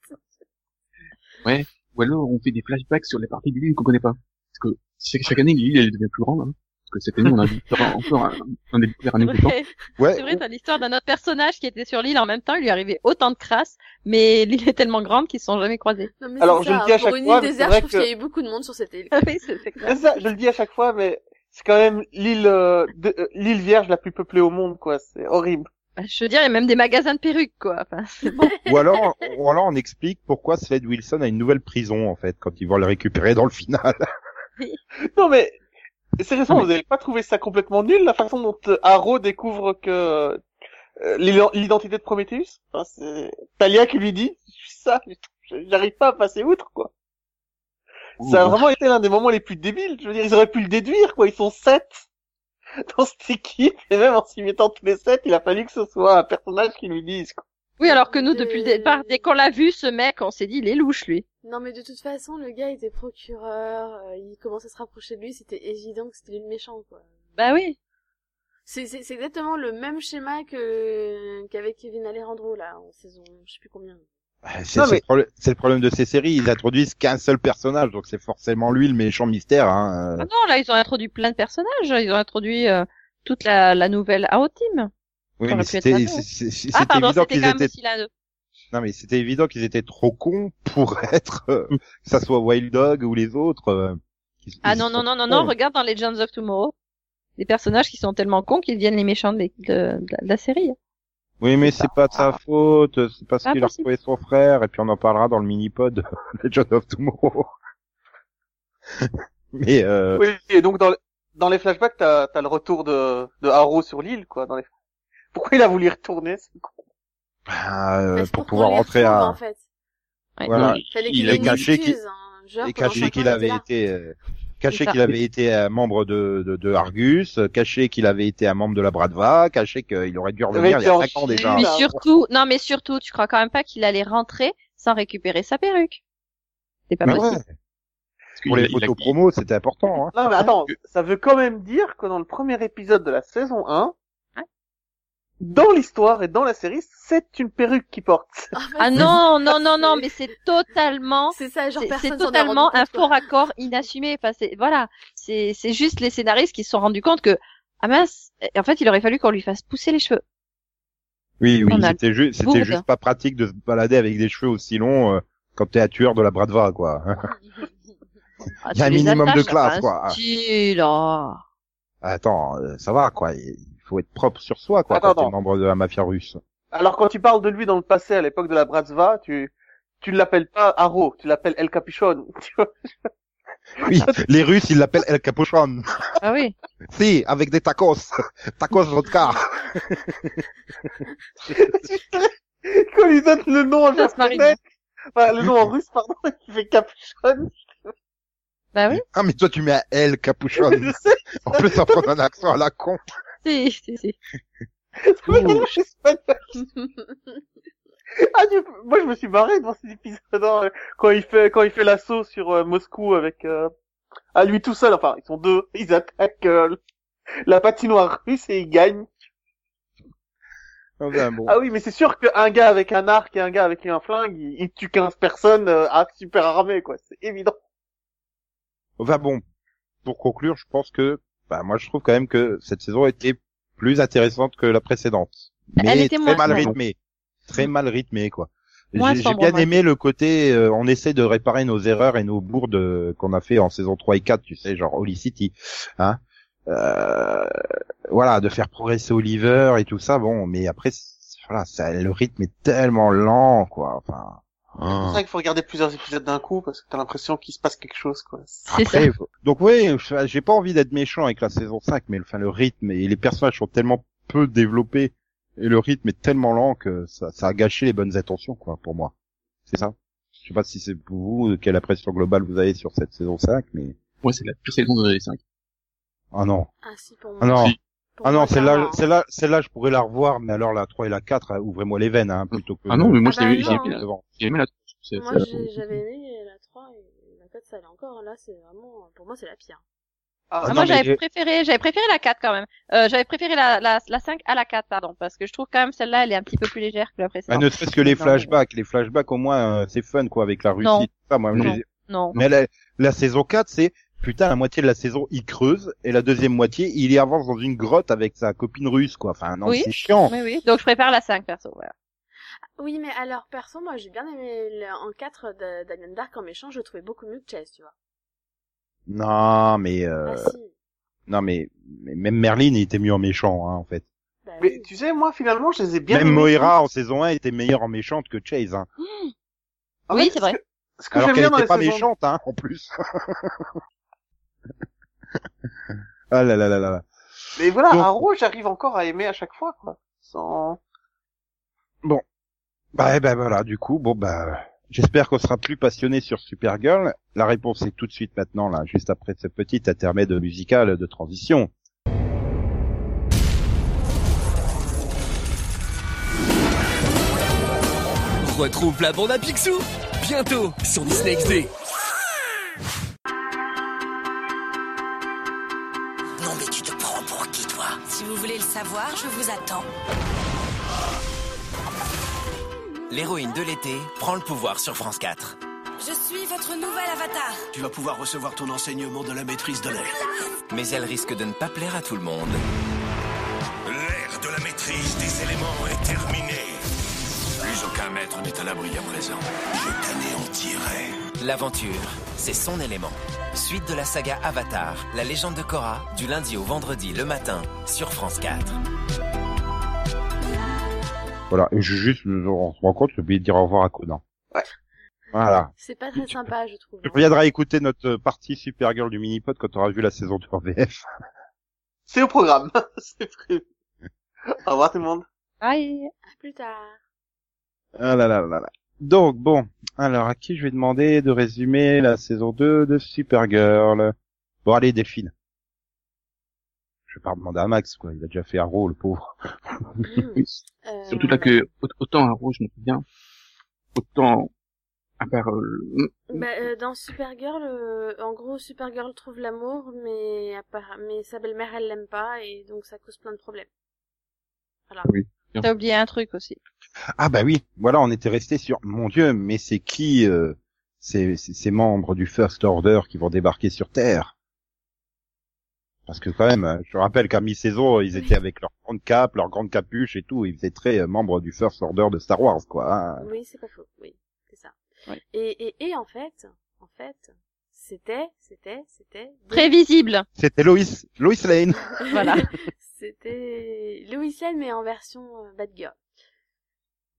ou alors on fait des flashbacks sur les parties de l'île qu'on connaît pas. Parce que chaque, chaque année, l'île, elle devient plus grande, hein. Parce que cette année, on a découvert encore un, on a découvert un nouveau temps.
Ouais,
Ouais.
C'est vrai, t'as l'histoire d'un autre personnage qui était sur l'île en même temps, il lui arrivait autant de crasses, mais l'île est tellement grande qu'ils se sont jamais croisés.
Non, mais
Alors,
c'est
je
ça,
le dis à
pour
chaque
une
fois,
île
mais c'est
déserte, je
vrai
trouve
que-
qu'il y avait beaucoup de monde sur cette île.
Ah oui, c'est c'est clair.
C'est ça, je le dis à chaque fois, mais c'est quand même l'île, euh, de- euh, l'île vierge la plus peuplée au monde, quoi. C'est horrible.
Bah, Je veux dire, il y a même des magasins de perruques, quoi. Enfin, c'est bon.
ou alors ou alors on explique pourquoi Slade Wilson a une nouvelle prison en fait quand ils vont le récupérer dans le final.
Non, mais, sérieusement, vous avez pas trouvé ça complètement nul, la façon dont euh, Arrow découvre que euh, l'ident- l'identité de Prometheus? Enfin, c'est Talia qui lui dit, ça, j'arrive pas à passer outre, quoi. Ça a vraiment été l'un des moments les plus débiles. Je veux dire, ils auraient pu le déduire, quoi. Ils sont sept dans cette équipe. Et même en s'y mettant tous les sept, il a fallu que ce soit un personnage qui lui dise, quoi.
Oui, alors que nous, depuis le départ, dès qu'on l'a vu, ce mec, on s'est dit, il est louche, lui.
Non, mais de toute façon, le gars était procureur, euh, il commençait à se rapprocher de lui, c'était évident que c'était lui le méchant, quoi.
Bah oui.
C'est c'est- c'est exactement le même schéma que qu'avec Kevin Alejandro, là, en saison, je sais plus
Euh,
combien.
C'est
Ah, Non,
c'est
mais-
le, problème- c'est le problème de ces séries, ils introduisent qu'un seul personnage donc c'est forcément lui le méchant mystère hein.
Ah
Euh,
non, là, ils ont introduit plein de personnages. Ils ont introduit euh, toute la, la nouvelle AO Team.
Oui,
Ça
mais
aurait pu être
c'était
un
c'est- c'est- c'est-
Ah,
c'était
pardon,
évident
c'était
qu'ils
quand même
étaient
aussi la...
non mais c'était évident qu'ils étaient trop cons pour être euh, que ça soit Wild Dog ou les autres. euh, ils-
Ah
ils
non, non,
sont
non, non,
cons.
non, regarde dans Legends of Tomorrow. Des personnages qui sont tellement cons qu'ils deviennent les méchants de, l'é- de- de la- de la série.
Oui, mais c'est pas de sa faute, c'est parce
Ah,
qu'il a
possible.
retrouvé son frère, et puis on en parlera dans le mini-pod Legend of Tomorrow. mais, euh,
Oui, et donc dans, le- dans les flashbacks, t'as as le retour de, de Arrow sur l'île, quoi. Dans les... Pourquoi il a voulu y retourner ce con
bah, euh,
Parce
pour
qu'on
pouvoir
les
rentrer
retrouve,
à...
En fait.
Ouais.
Voilà,
Fallait
Il
qu'il
a
ait une
caché
excuse, hein, genre,
et
pendant
caché
cinq ans,
qu'il
il était
avait
là.
été... euh, Caché
C'est ça.
qu'il avait été un membre de, de, de Argus, caché qu'il avait été un membre de la Bradva, caché qu'il aurait dû revenir il y
était
a
en
5 ans
Chine.
déjà.
Puis
bah,
surtout, non mais surtout, tu crois quand même pas qu'il allait rentrer sans récupérer sa perruque C'est pas
Mais
possible.
ouais, pour les photos promo, c'était important. Hein.
Non, mais attends,
que-
ça veut quand même dire que dans le premier épisode de la saison 1,
Ouais.
dans l'histoire et dans la série, c'est une perruque qui porte.
Ah, bah,
Ah
c'est-
non, non, non, non, mais c'est totalement,
C'est ça, genre
c'est-
personne
c'est
s'en est
totalement
rendu
un
compte, quoi.
faux raccord inassumé. Enfin, c'est- voilà, c'est c'est juste les scénaristes qui se sont rendus compte que ah mince, et en fait, il aurait fallu qu'on lui fasse pousser les cheveux.
Oui, oui,
On a
c'était juste, c'était
bourde.
juste pas pratique de se balader avec des cheveux aussi longs euh, quand t'es un tueur de la Bradva, quoi. hein.
Ah,
Il y a
tu
un
les
minimum de
attaches,
classe,
enfin, oh.
quoi.
si, là.
Attends, euh, ça va, quoi. Il faut être propre sur soi, quoi,
Attends,
quand t'es
attends.
membre de la mafia russe.
Alors quand tu parles de lui dans le passé, à l'époque de la Bratzva, tu tu ne l'appelles pas Haro, tu l'appelles El Capuchon. tu vois.
Oui, les Russes, ils l'appellent El Capuchon.
Ah oui.
si, avec des tacos. Tacos vodka.
Quand il donne le nom en
Ça se marie
japonais, enfin, le nom en russe, pardon, il fait Capuchon.
Bah oui.
Ah, mais toi, tu mets un El Capuchon.
Je sais,
en plus, ça prend un accent à la con.
Si, si, si.
c'est pas qu'elle est espagnole. Ah, du... moi je me suis marré devant cet épisode hein, quand il fait quand il fait l'assaut sur euh, Moscou avec euh, à lui tout seul. Enfin, ils sont deux, ils attaquent euh, la patinoire russe et ils gagnent.
Enfin, bon.
Ah oui, mais c'est sûr qu'un gars avec un arc et un gars avec un flingue, il, il tue 15 personnes euh, à super armé, quoi. C'est évident.
Enfin, bon. Pour conclure, je pense que, bah, moi, je trouve quand même que cette saison était plus intéressante que la précédente. Mais
Elle était
très
moins-
mal
ouais.
rythmée. Très mal rythmée, quoi.
Moins
J'ai j'ai
sombre,
bien
moi.
aimé le côté, euh, on essaie de réparer nos erreurs et nos bourdes euh, qu'on a fait en saison 3 et 4, tu sais, genre Holy City, hein. Euh, voilà, de faire progresser Oliver et tout ça, bon, mais après, c'est- voilà, ça, le rythme est tellement lent, quoi, enfin. Ah.
C'est pour ça qu'il faut regarder plusieurs épisodes d'un coup parce que t'as l'impression qu'il se passe quelque chose, quoi.
C'est ça.
Après, faut- donc oui, je- j'ai pas envie d'être méchant avec la saison 5, mais enfin le rythme et les personnages sont tellement peu développés et le rythme est tellement lent que ça, ça a gâché les bonnes intentions quoi pour moi. C'est ça. Je sais pas si c'est pour vous quelle impression globale vous avez sur cette saison 5, mais
Moi, c'est la pire saison de 5.
ah non,
Ah si, pour moi.
ah non,
Si.
pour
ah
moi,
non,
ça
celle-là,
va. hein.
celle-là, celle-là, je pourrais la revoir, mais alors la 3 et la 4, euh, ouvrez-moi les veines hein, plutôt que
Ah non, mais moi,
Ah
je l'ai vu- j'ai
bah non.
aimé, la-
devant.
j'ai aimé la c'est-
Moi,
c'est-
j'ai- j'avais aimé la 3 et la 4, ça allait encore. Là, c'est vraiment, pour moi, c'est la pire.
Ah
Ah,
non,
moi,
mais
j'avais
j'ai-
préféré, j'avais préféré la 4 quand même. Euh, j'avais préféré la, la, la 5 à la 4, pardon, parce que je trouve quand même celle-là, elle est un petit peu plus légère que la
Bah,
précédente.
ne serait-ce que les
Non, mais-
flashbacks, les flashbacks au moins euh, c'est fun quoi avec la Russie.
Non.
tout ça, moi,
Non.
j'ai-
Non.
Mais la, la saison 4, c'est putain, la moitié de la saison, il creuse et la deuxième moitié, il y avance dans une grotte avec sa copine russe, quoi. Enfin, non,
Oui.
c'est chiant.
Oui, oui. Donc, je préfère la 5, perso, voilà.
Oui, mais alors, perso, moi, j'ai bien aimé le- en 4 de Damien Dark en méchant, je le trouvais beaucoup mieux que Chase, tu vois.
Non, mais euh,
Ah si.
non, mais, mais même Merlin, il était mieux en méchant, hein, en fait.
Bah,
Mais
oui.
tu sais, moi finalement, je les ai bien.
même
aimés.
Moira en saison 1 était meilleure en méchante que Chase. Hein.
En
Oui,
fait,
c'est vrai.
Ce Ah que, ce que
Alors
j'aime
qu'elle
bien dans
était
les
pas
saisons-
méchante, hein, en plus. ah là là là là.
Mais voilà,
Donc-
Haro, j'arrive encore à aimer à chaque fois, quoi. Sans...
Bah, eh ben voilà, du coup, bon bah, j'espère qu'on sera plus passionné sur Supergirl. La réponse est tout de suite maintenant, là, juste après ce petit intermède musical de transition.
Retrouve la bande à Picsou bientôt sur Disney XD.
Non mais tu te prends pour qui toi
Si vous voulez le savoir, je vous attends.
L'héroïne de l'été prend le pouvoir sur France 4.
Je suis votre nouvel avatar.
Tu vas pouvoir recevoir ton enseignement de la maîtrise de l'air. Mais elle risque de ne pas plaire à tout le monde.
L'ère de la maîtrise des éléments est terminée. Plus aucun maître n'est à l'abri à présent. Je t'anéantirai.
L'aventure, c'est son élément. Suite de la saga Avatar, la légende de Korra, du lundi au vendredi le matin sur France 4.
Voilà, et je- juste, on se rend compte, j'ai oublié de dire au revoir à Conan.
Ouais.
Voilà.
C'est pas très sympa, je trouve.
Tu
hein.
reviendras écouter notre partie Supergirl du mini-pod quand tu auras vu la saison 2 en VF.
C'est au programme. c'est prévu. Au revoir tout le monde.
Aïe.
À plus tard.
Ah là là là là. Donc, bon, alors à qui je vais demander de résumer la saison 2 de Supergirl Bon, allez, Delphine. Je vais pas demander à Max, quoi. Il a déjà fait un rôle, le pauvre.
Oui.
Euh,
Surtout là que, au- autant à Rouge, je me souviens, autant, à part, euh,
Bah, euh, dans Supergirl, euh, en gros, Supergirl trouve l'amour, mais, à part- mais sa belle-mère, elle l'aime pas, et donc ça cause plein de problèmes.
T'as oublié un truc aussi.
Ah bah oui, voilà, on était resté sur mon Dieu, mais c'est qui euh, ces, ces- ces membres du First Order qui vont débarquer sur Terre Parce que quand même, je rappelle qu'à mi-saison, ils étaient avec leur grande cape, leur grande capuche et tout, ils étaient très euh, membres du First Order de Star Wars, quoi. hein.
Oui, c'est pas faux. Oui, c'est ça.
Oui.
Et, et, et en fait, en fait, c'était, c'était, c'était.
Prévisible.
C'était Lois, Lois Lane.
Voilà.
c'était Louis Lane, mais en version euh, Bad Girl.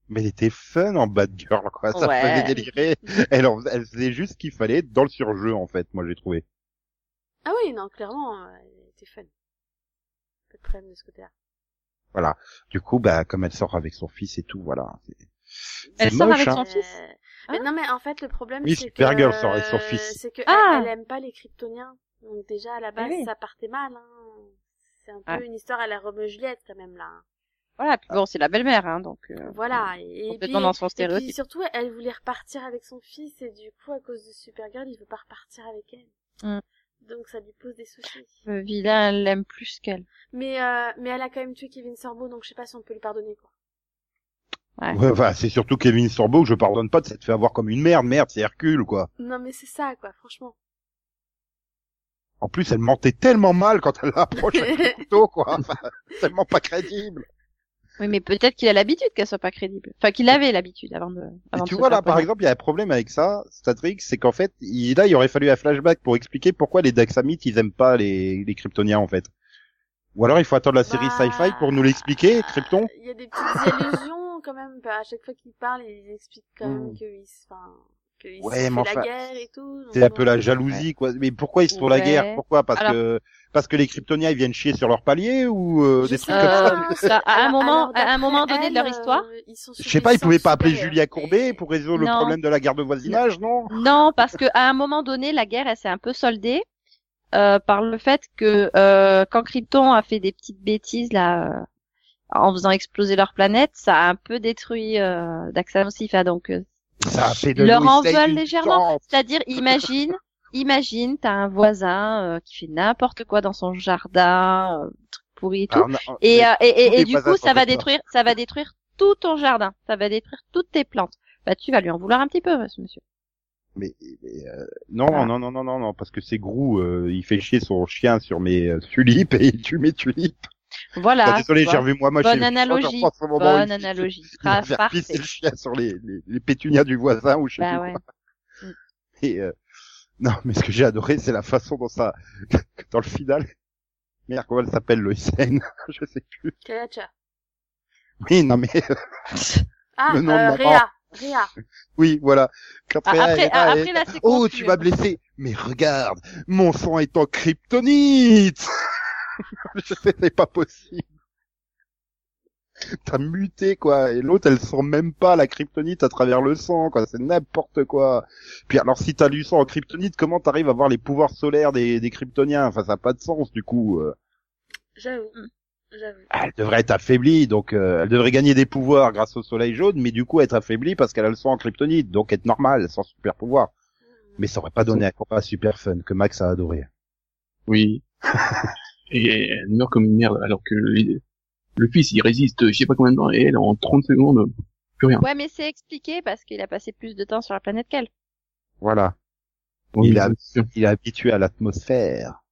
Mais elle était fun en bad girl, quoi. Ça
Ouais.
faisait délirer. Elle, en- elle faisait juste ce qu'il fallait dans le surjeu, en fait, moi j'ai trouvé.
Ah oui, non, clairement, euh, elle était fun. Pas de problème de ce côté-là.
Du coup, bah comme elle sort avec son fils et tout, voilà. C'est-
Elle
c'est
sort
moche,
avec
hein.
son fils.
Euh, mais non, mais en fait, le problème,
Oui,
c'est que...
Supergirl sort avec son fils.
C'est que
Ah.
elle, elle aime pas les kryptoniens. Donc déjà, à la base,
Oui.
ça partait mal. Hein. C'est un peu
Ouais.
une histoire à la Romeo et Juliette, quand même, là. hein.
Voilà. Puis bon, c'est la belle-mère, hein, donc. euh,
Voilà. Et, et puis,
Complètement dans son
et
stéréotype.
puis surtout, elle voulait repartir avec son fils. Et du coup, à cause de Supergirl, il veut pas repartir avec elle.
Mm.
Donc ça lui pose des soucis.
Le vilain elle l'aime plus qu'elle.
Mais euh, mais elle a quand même tué Kevin Sorbo, donc je sais pas si on peut lui pardonner quoi.
Ouais.
Ouais, enfin, c'est surtout Kevin Sorbo que je pardonne pas de s'être fait avoir comme une merde, merde, c'est Hercule, quoi.
Non mais c'est ça quoi, franchement.
En plus, elle mentait tellement mal quand elle l'approche avec le couteau, quoi. Enfin, tellement pas crédible.
Oui, mais peut-être qu'il a l'habitude qu'elle soit pas crédible. Enfin, qu'il avait l'habitude avant de.
Et
Avant de
tu
se
vois,
faire
là, par
connaître.
exemple, il y a un problème avec ça, Statrix, c'est qu'en fait, il, là, il aurait fallu un flashback pour expliquer pourquoi les Daxamites, ils aiment pas les, les Kryptoniens, en fait. Ou alors, il faut attendre la série
Bah,
sci-fi pour nous l'expliquer, Krypton.
Il y a des petites allusions quand même. bah, à chaque fois qu'il parle, il explique quand même
Mm.
qu'ils se, enfin, qu'ils
Ouais,
se
mais
fait
enfin,
la guerre et tout. donc
C'est un
bon.
peu la jalousie, quoi. Mais pourquoi ils se font la
Ouais.
guerre? Pourquoi? Parce
Alors-
que, parce que les Kryptoniens, ils viennent chier sur leur palier, ou, euh,
Je
des
sais
trucs
pas,
comme ça?
comme ça. À un moment- à un
euh, d'après
moment donné de leur
elle,
histoire.
euh, ils sont sur
Je sais
des
pas, ils pouvaient
sortes
pas appeler
supérieurs.
Julia Courbet pour résoudre le
Non.
problème de la guerre de voisinage, non
Non, parce que à un moment donné, la guerre, elle s'est un peu soldée euh, par le fait que euh, quand Krypton a fait des petites bêtises là, euh, en faisant exploser leur planète, ça a un peu détruit euh, Daxam aussi. Enfin, donc, euh,
Ça a fait
Ils leur
Louis
en
Lane
veulent
une
légèrement.
chance.
c'est-à-dire, imagine, imagine, t'as un voisin euh, qui fait n'importe quoi dans son jardin, euh, truc pourri et tout.
Alors, Ah, non,
Et, euh, et,
tous
et,
les
et du
voisins
coup,
sont
ça va
d'accord.
détruire, ça va détruire tout ton jardin, ça va détruire toutes tes plantes. Bah, tu vas lui en vouloir un petit peu, ce monsieur.
mais, mais, euh, non,
Ah.
non, non, non, non, non, parce que c'est Grou, euh, il fait chier son chien sur mes euh, tulipes et il tue mes tulipes. Enfin,
Voilà.
désolé,
tu
j'ai
vois.
revu moi, moi,
Ah, Bonne
j'ai-
analogie.
j'en pense au moment où il-
Bonne analogie.
Il va
Par-
faire pisser
Parfait.
Bah, le chien sur les, les, les pétunias du voisin ou je sais
Bah
plus
ouais.
Et euh, non, mais ce que j'ai adoré, c'est la façon dont ça, dans le final. Merde, comment elle s'appelle, Lois Lane Je sais plus.
Kalacha.
Oui, non mais euh,
Ah,
Le nom de
euh,
maman.
Réa. Réa.
oui, voilà. Quand
Ah,
Rhea,
après,
elle est
ah,
là,
après
elle-
là, c'est
Oh,
confus.
tu m'as blessé. Mais regarde, mon sang est en kryptonite. C'était pas possible. T'as muté quoi. Et l'autre, elle sent même pas la kryptonite à travers le sang quoi. C'est n'importe quoi. Puis alors, si t'as du sang en kryptonite, comment t'arrives à voir les pouvoirs solaires des, des kryptoniens Enfin, ça n'a pas de sens du coup. euh.
J'avoue. J'avoue.
Elle devrait être affaiblie, donc euh, elle devrait gagner des pouvoirs grâce au soleil jaune, mais du coup être affaiblie parce qu'elle a le sang en kryptonite, donc être normale sans super pouvoir. Mais ça aurait pas donné un combat super fun que Max a adoré.
oui. et elle meurt comme une merde, alors que les- le fils, il résiste, je sais pas combien de temps, et elle, en 30 secondes, euh, plus rien.
Ouais, mais c'est expliqué parce qu'il a passé plus de temps sur la planète qu'elle.
Voilà.
Bon,
il a- Ah.
bien sûr.
Il est habitué à l'atmosphère.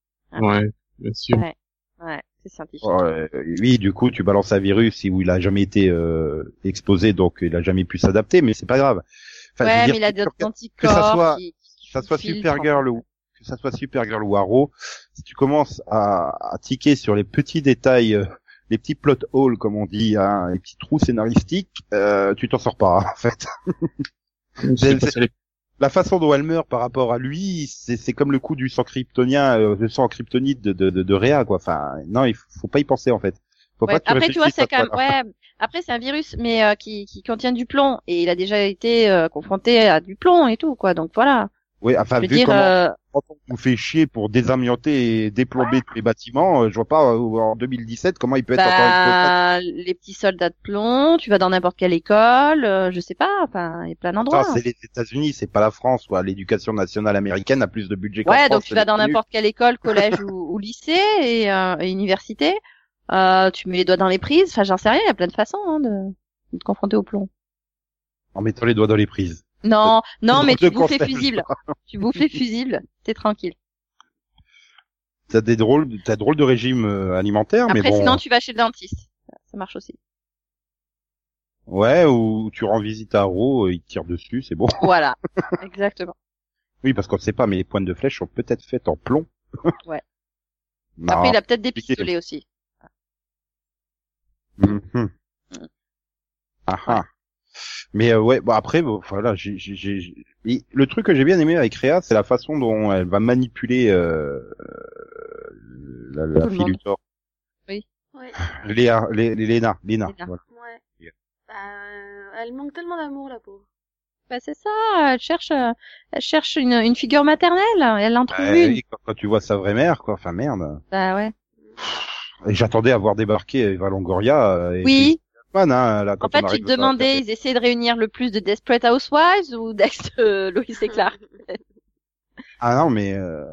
Ouais, bien sûr.
Ouais. Ouais, c'est scientifique.
Ouais, euh, oui, du coup, tu balances un virus où il a jamais été euh, exposé, donc il a jamais pu s'adapter, mais c'est pas grave. Enfin, je veux
ouais,
dire,
mais il a
que
des
tu regardes-
anticorps.
que ça soit-
qui, qui-
que ça soit
qui filtrent,
Supergirl
en fait.
ou que ça soit Supergirl ou Arrow, si tu commences à, à tiquer sur les petits détails, euh, les petits plot holes comme on dit, hein, les petits trous scénaristiques, euh, tu t'en sors pas hein, en fait.
Je sais pas si elle est-
La façon dont elle meurt par rapport à lui, c'est c'est comme le coup du sang kryptonien, euh, le sang kryptonite de de, de, de Rhea quoi. Enfin, non, il faut, faut pas y penser en fait. Faut
Ouais,
pas que tu
Après, tu vois,
réfléchisses à
c'est quand même,
toi, là.
ouais, après, c'est un virus, mais euh, qui, qui contient du plomb. Et il a déjà été euh, confronté à du plomb et tout, quoi. Donc voilà.
Oui, enfin,
Je veux
Ah, vu
dire,
comment
euh,
quand on vous fait chier pour désamianter et déplomber tous les bâtiments, euh, je vois pas euh, en 2017 comment il peut être encore
bah, les petits soldats de plomb, tu vas dans n'importe quelle école, euh, je sais pas, enfin, il y a plein d'endroits.
Ça, Ah, c'est les États-Unis, c'est pas la France. Quoi. L'éducation nationale américaine a plus de budget qu'en
Ouais,
France,
donc tu
c'est
vas dans
connu.
n'importe quelle école, collège ou, ou lycée et, euh, et université, euh, tu mets les doigts dans les prises, enfin, j'en sais rien, il y a plein de façons hein, de, de te confronter au plomb.
En mettant les doigts dans les prises.
Non, non,
Donc,
mais
le
tu bouffes les
concept.
fusibles, tu bouffes les fusibles, t'es tranquille.
T'as des drôles, de- t'as drôle de régime euh, alimentaire,
Après,
mais bon.
sinon, tu vas chez le dentiste, ça marche aussi.
hein. Ouais, ou tu rends visite à Ro, euh, il te tire dessus, c'est bon.
Voilà, exactement.
Oui, parce qu'on ne sait pas, mais les pointes de flèche sont peut-être faites en plomb.
Ouais.
Non.
Après, il a peut-être des
compliqué.
pistolets aussi.
Mhm. Ah ah. Mais euh, ouais, bon après, bon, voilà, j'ai, j'ai, j'ai- j'ai- et le truc que j'ai bien aimé avec Réa, c'est la façon dont elle va manipuler euh, euh, la, la
Tout le
fille
monde.
du tort.
Ouais.
Léa, Lé- Lé- Léna, Léna.
Léna.
voilà.
Ouais.
Yeah.
Bah, euh, elle manque tellement d'amour, la pauvre.
Bah, c'est ça, elle cherche, euh, elle cherche une, une figure maternelle, elle en trouve
Euh,
une.
oui, quand, quand tu vois sa vraie mère, quoi, enfin merde.
Bah ouais.
Et j'attendais à voir débarquer Eva Longoria. euh, Et
Oui.
Phil Kaufman, hein, là, quand
En fait,
on
tu
arrive
te
dans la
demandais, ils essayaient de réunir le plus de Desperate Housewives ou d'ex de Lois et Clark.
Euh,
Ah non, mais euh...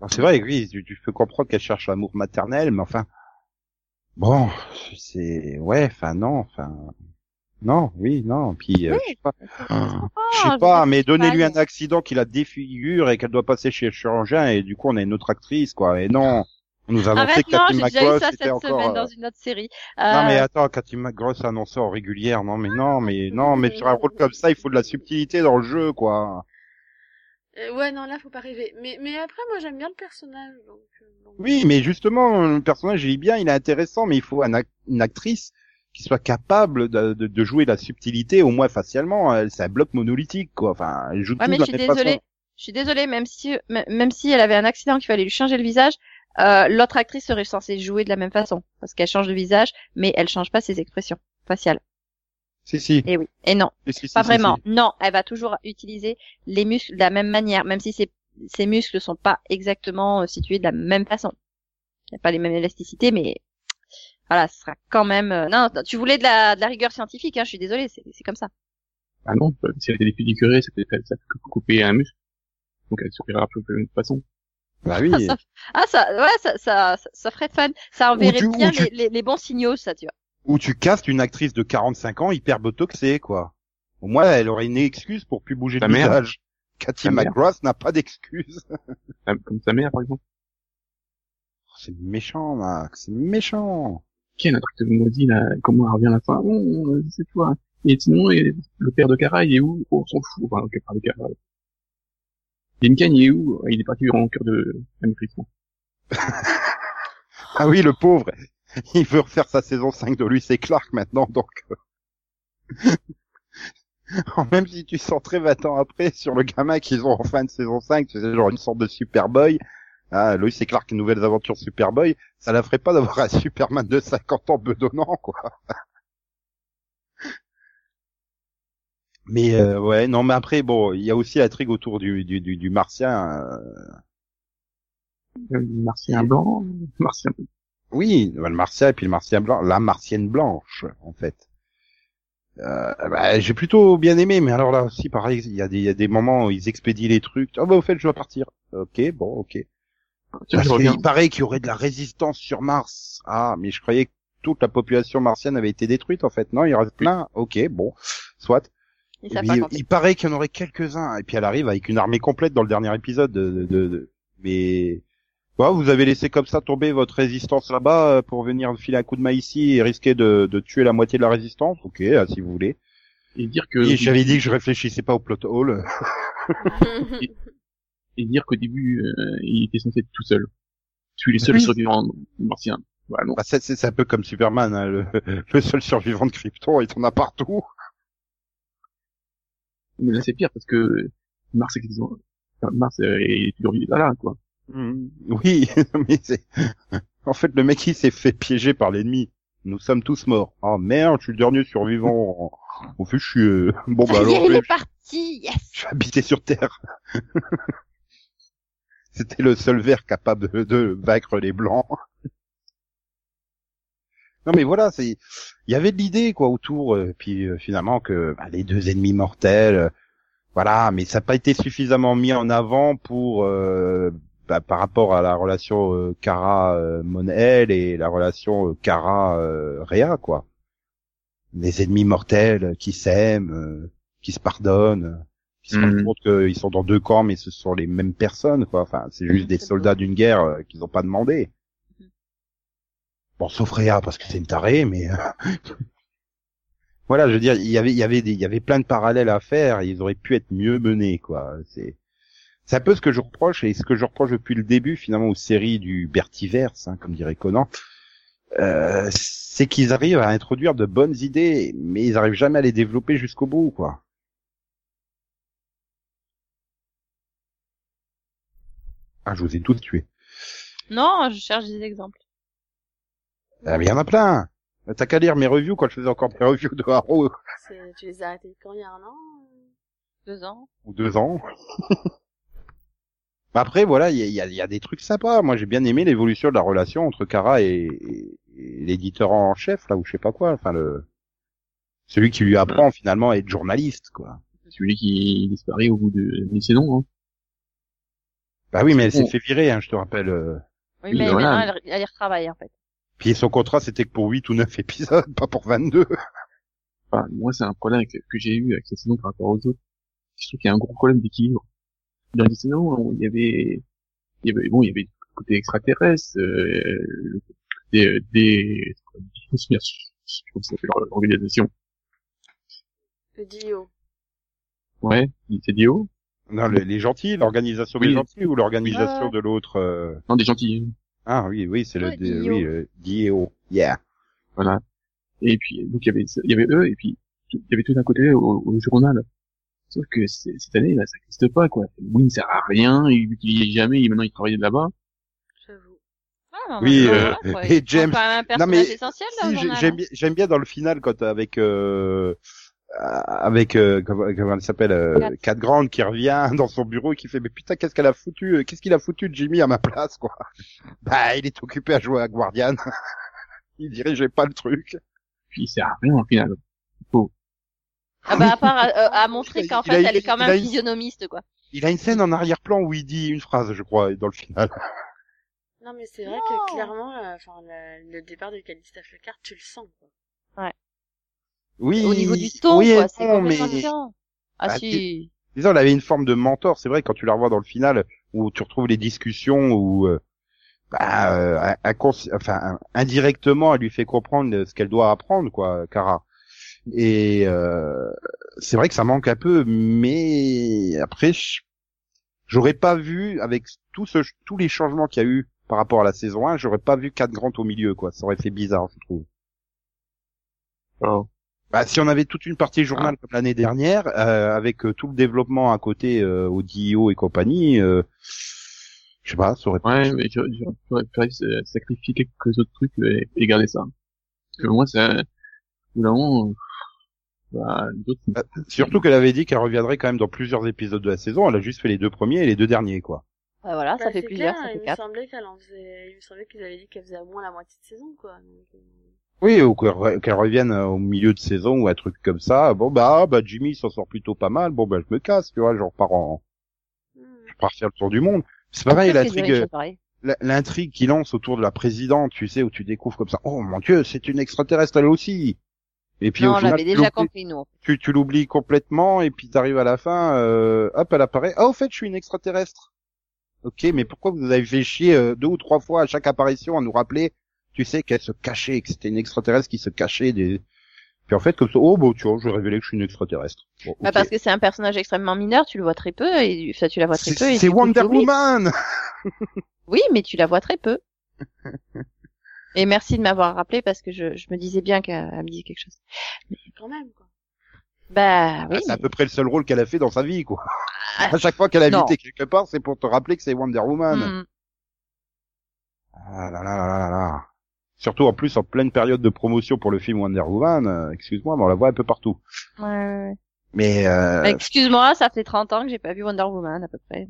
alors, c'est vrai, oui, tu, tu peux comprendre qu'elle cherche l'amour maternel, mais enfin, bon, c'est ouais, enfin non, enfin non, oui, non, puis euh, je sais pas,
Ah,
je sais pas, mais donnez-lui un accident qui la défigure et qu'elle doit passer chez le chirurgien et du coup on a une autre actrice quoi, et non, on nous a annoncé
Arrête, non, j'ai
Cathy
déjà eu
McGraw
ça cette
c'était encore.
semaine
euh,
dans une autre série.
Non mais
Euh, Ah
attends, Cathy McGraw c'est annoncé en régulière, non mais non, mais non, mais sur un rôle comme ça il faut de la subtilité dans le jeu quoi.
Euh, ouais, non, là, faut pas rêver. Mais, mais après, moi, j'aime bien le personnage, donc... euh, bon.
Oui, mais justement, le personnage il est bien, il est intéressant, mais il faut un ac- une actrice qui soit capable de, de- de jouer la subtilité, au moins facialement. Elle- C'est un bloc monolithique, quoi. Enfin, elle joue
Ouais,
tout
mais
de la
je suis
même façon.
désolée. Je suis désolée, même si, euh, m- même si elle avait un accident qu'il fallait lui changer le visage, euh, l'autre actrice serait censée jouer de la même façon. Parce qu'elle change de visage, mais elle change pas ses expressions faciales.
Si, si.
Et oui. Et non.
si, si, si,
Pas
si,
vraiment.
si.
Non, elle va toujours utiliser les muscles de la même manière, même si ses, ses muscles sont pas exactement euh, situés de la même façon. Il n'y a pas les mêmes élasticités, mais voilà, ce sera quand même. euh, Non, non, tu voulais de la, de la rigueur scientifique, hein, je suis désolée, c'est c'est comme ça.
Ah non, bah, si elle était défigurée, ça peut, ça peut couper un muscle. Donc elle sourira plus de la même façon.
Bah oui.
ça, ah ça, ouais, ça, ça, ça, ça ferait fun. Ça enverrait
tu- ou
bien
tu-
les, les, les bons signaux, ça, tu vois.
Ou tu castes une actrice de 45 ans hyper botoxée, quoi. Au moins, elle aurait une excuse pour plus bouger de
Ta mère.
visage. Cathy
Ta mère.
McGraw n'a pas d'excuse.
Ah, Comme sa mère, par exemple.
Oh, C'est méchant, Max. C'est méchant.
Quel un truc de maudit, là, comment elle revient à la fin. Oh, euh, c'est toi. Et sinon, et le père de Kara, il est où Oh, on s'en fout. Enfin, le père de Kara. Lincoln, il est où Ah, Il est parti en cœur de l'Amérique.
Ah oui, le pauvre. Il veut refaire sa saison 5 de lui, c'est Clark maintenant, donc. euh, Même si tu sens très 20 ans après sur le gamin qu'ils ont en fin de saison 5, tu sais, genre une sorte de Superboy. Ah, Lois et Clark, nouvelles aventures Superboy, ça la ferait pas d'avoir un Superman de 50 ans bedonnant, quoi. Mais euh, ouais, non, mais après, bon, il y a aussi la trigue autour du, du, du, du martien. euh,
Euh, Martien blanc, Martien
Oui, bah, le martien et puis le martien blanc, la martienne blanche en fait. Euh, bah, j'ai plutôt bien aimé, mais alors là aussi pareil, il y, a des- il y a des moments où ils expédient les trucs. Ah bah au fait, je dois partir. Ok, bon, ok.
Tiens,
Parce
je
qu'il
reviens.
paraît qu'il y aurait de la résistance sur Mars. Ah, mais je croyais que toute la population martienne avait été détruite en fait. Non, il reste plein. Ok, bon, soit. Et
Ils savent
puis,
pas
il,
compter.
paraît qu'il y en aurait quelques-uns. Et puis elle arrive avec une armée complète dans le dernier épisode. De, de, de- de- Mais ouais, vous avez laissé comme ça tomber votre résistance là-bas euh, pour venir filer un coup de main ici et risquer de, de tuer la moitié de la résistance. Ok, euh, si vous voulez.
Et dire que,
Et J'avais dit que je réfléchissais pas au plot hole.
Ah,
et dire qu'au début, euh, il était censé être tout seul. Tu es le seul
Oui.
survivant martien. Voilà, non.
Bah, c'est- c'est c'est un peu comme Superman, hein, le, le seul survivant de Krypton, il t'en a partout.
Mais là, c'est pire parce que Mars, est- enfin, Mars euh, est toujours là, quoi.
Mm. Oui, mais c'est... En fait, le mec, il s'est fait piéger par l'ennemi. Nous sommes tous morts. Ah merde, je suis le dernier survivant. On fait chier. Bon, bah
Ça y est,
alors, je
il
vais-
est parti City, yes.
Je suis habité sur Terre. C'était le seul vert capable de, de vaincre les blancs. Non mais voilà, c'est il y avait de l'idée quoi autour, euh, puis euh, finalement que bah, les deux ennemis mortels, euh, voilà, mais ça n'a pas été suffisamment mis en avant pour euh, bah, par rapport à la relation euh, Cara euh, Monel et la relation euh, Cara euh, Rhea quoi. Les ennemis mortels qui s'aiment, euh, qui se pardonnent, qui se rendent
Mhm.
compte qu'ils sont dans deux camps mais ce sont les mêmes personnes quoi. Enfin, c'est juste des soldats d'une guerre euh, qu'ils n'ont pas demandé. Bon, sauf Réa, parce que c'est une tarée, mais euh, voilà, je veux dire, il y avait, il y avait des, il y avait plein de parallèles à faire. et ils auraient pu être mieux menés, quoi. C'est, c'est un peu ce que je reproche et ce que je reproche depuis le début finalement aux séries du Bertiverse, hein, comme dirait Conan. Euh, c'est qu'ils arrivent à introduire de bonnes idées, mais ils arrivent jamais à les développer jusqu'au bout, quoi. Ah, je vous ai tous tués.
Non, je cherche des exemples.
Ah, mais il y en a plein. T'as qu'à lire mes reviews quand je faisais encore mes reviews de Haro euh,
C'est- Tu les as arrêtés quand il y a un an
Deux ans.
ou deux ans. Mais Après, voilà, il y a, il y a- il y a des trucs sympas. Moi, j'ai bien aimé l'évolution de la relation entre Kara et, et- et l'éditeur en chef, là, ou je sais pas quoi. Enfin, le celui qui lui apprend finalement à être journaliste, quoi.
Celui qui disparaît au bout de d'une saison. Hein.
Bah oui, mais elle s'est
Oh.
fait virer, hein, je te rappelle. euh.
Oui,
Oui,
mais
voilà.
maintenant, elle, elle y retravaille, en fait.
Puis son contrat, c'était que pour 8 ou 9 épisodes, pas pour 22.
Enfin, moi, c'est un problème avec- que j'ai eu avec cette saison par rapport aux autres. Je trouve qu'il y a un gros problème d'équilibre. Dans les saisons, on- il y avait, il y avait, bon, il y avait le côté extraterrestre, euh, le côté euh, des, je sais pas comment ça s'appelle leur- leur organisation.
Le Dio.
Ouais, il était dit haut.
Non, les, les gentils, l'organisation des
Oui.
gentils ou l'organisation
Ouais.
de l'autre... euh,
Non, des gentils.
Ah oui, oui, c'est le...
Ouais,
D-
Dio.
Oui, euh, Dio. Yeah.
Voilà. Et puis, donc, il y avait, il y avait eux, et puis, tout- il y avait tout d'un côté au, au journal. Sauf que c'est- cette année, là, ça n'existe pas, quoi. Win ne sert à rien, il l'utilise jamais, et maintenant il travaille de là-bas.
J'avoue.
Ah, non,
Oui,
non,
euh,
non, ouais,
et
ils sont
James-
quand même un
Non,
personnage
mais
essentiel,
Si,
là, au
j'ai-
journal,
j'aime
hein.
bien, j'aime bien dans le final quand avec euh, euh, avec euh, comment, comment elle s'appelle euh,
Kat.
Cat Grande qui revient dans son bureau et qui fait mais putain qu'est-ce qu'elle a foutu euh, qu'est-ce qu'il a foutu Jimmy à ma place quoi bah il est occupé à jouer à Guardian il dirigeait pas le truc
Puis il sert à rien, au final.
Ah bah, à part à, euh, à montrer
Il a-
qu'en
il a-
fait, elle est quand
il a-
même physionomiste, quoi.
il a une scène en arrière-plan où il dit une phrase je crois dans le final
Non, mais c'est vrai
Non.
que clairement, euh, enfin, le, le départ de Calista Flockhart, tu le sens. Quoi.
oui
Au niveau du ton,
oui,
quoi,
et
c'est
non,
complètement
mais-
différent. Ah
Bah,
si.
Disons, elle avait une forme de mentor, c'est vrai, quand tu la revois dans le final, où tu retrouves les discussions, où, euh, bah, euh, un- un cons- enfin, un- indirectement, elle lui fait comprendre ce qu'elle doit apprendre, quoi, Cara. Et euh, c'est vrai que ça manque un peu, mais après, je- j'aurais pas vu, avec tout ce, tous les changements qu'il y a eu par rapport à la saison 1, j'aurais pas vu 4 grands au milieu, quoi. Ça aurait fait bizarre, je trouve.
Alors,
Bah, si on avait toute une partie journal comme l'année dernière, euh, avec euh, tout le développement à côté euh, au DIO et compagnie, euh, je sais pas, ça aurait
ouais, mais j'aurais- j'aurais j'aurais préféré euh, sacrifier quelques autres trucs et, et garder ça. Parce que moi, ça, au bout d'un moment, euh, bah, les autres,
Euh, Surtout qu'elle avait dit qu'elle reviendrait quand même dans plusieurs épisodes de la saison. Elle a juste fait les deux premiers et les deux derniers, quoi.
Bah, voilà, ça
Bah,
fait
c'est
plusieurs,
clair,
ça fait
il
quatre.
Me semblait qu'elle en faisait... Il me semblait qu'ils avaient dit qu'elle faisait au moins la moitié de saison, quoi. Donc, euh,
Oui, ou qu'elle re- qu'elle revienne euh, au milieu de saison ou un truc comme ça. Bon bah, ah, bah Jimmy il s'en sort plutôt pas mal. Bon bah je me casse, tu vois, je repars en,
hmm.
je repars faire le tour du monde. C'est pareil,
Qu'est-ce que
l'intrigue,
Zurich
euh,
fait pareil
la- l'intrigue qui lance autour de la présidente, tu sais, où tu découvres comme ça. Oh mon dieu, c'est une extraterrestre elle aussi. Et puis
Non,
au
on
final,
l'avait
tu
déjà
l'oublies-
compris, nous.
tu, tu l'oublies complètement et puis t'arrives à la fin, euh, hop, elle apparaît. Ah, au fait, je suis une extraterrestre. Ok, mais pourquoi vous avez fait chier euh, deux ou trois fois à chaque apparition à nous rappeler, tu sais, qu'elle se cachait, que c'était une extraterrestre qui se cachait des. Puis en fait, comme ça, oh bon, tu vois, je vais révéler que je suis une extraterrestre. Bon,
Bah,
ok.
parce que c'est un personnage extrêmement mineur, tu le vois très peu, et ça, tu la vois très
C'est
peu. et
c'est
du coup, tu
Wonder
l'oublies.
Woman.
Oui, mais tu la vois très peu. Et merci de m'avoir rappelé parce que je, je me disais bien qu'elle elle me disait quelque chose.
Quand même, quoi.
Bah oui,
Ah, c'est
mais-
à peu près le seul rôle qu'elle a fait dans sa vie, quoi. À chaque fois qu'elle a
Non.
invité quelque part, c'est pour te rappeler que c'est Wonder Woman.
Hmm.
Ah là là là là là là. Surtout en plus en pleine période de promotion pour le film Wonder Woman, euh, excuse-moi, mais on la voit un peu partout.
Ouais, ouais, ouais.
Mais euh,
Excuse-moi, ça fait 30 ans que j'ai pas vu Wonder Woman, à peu près.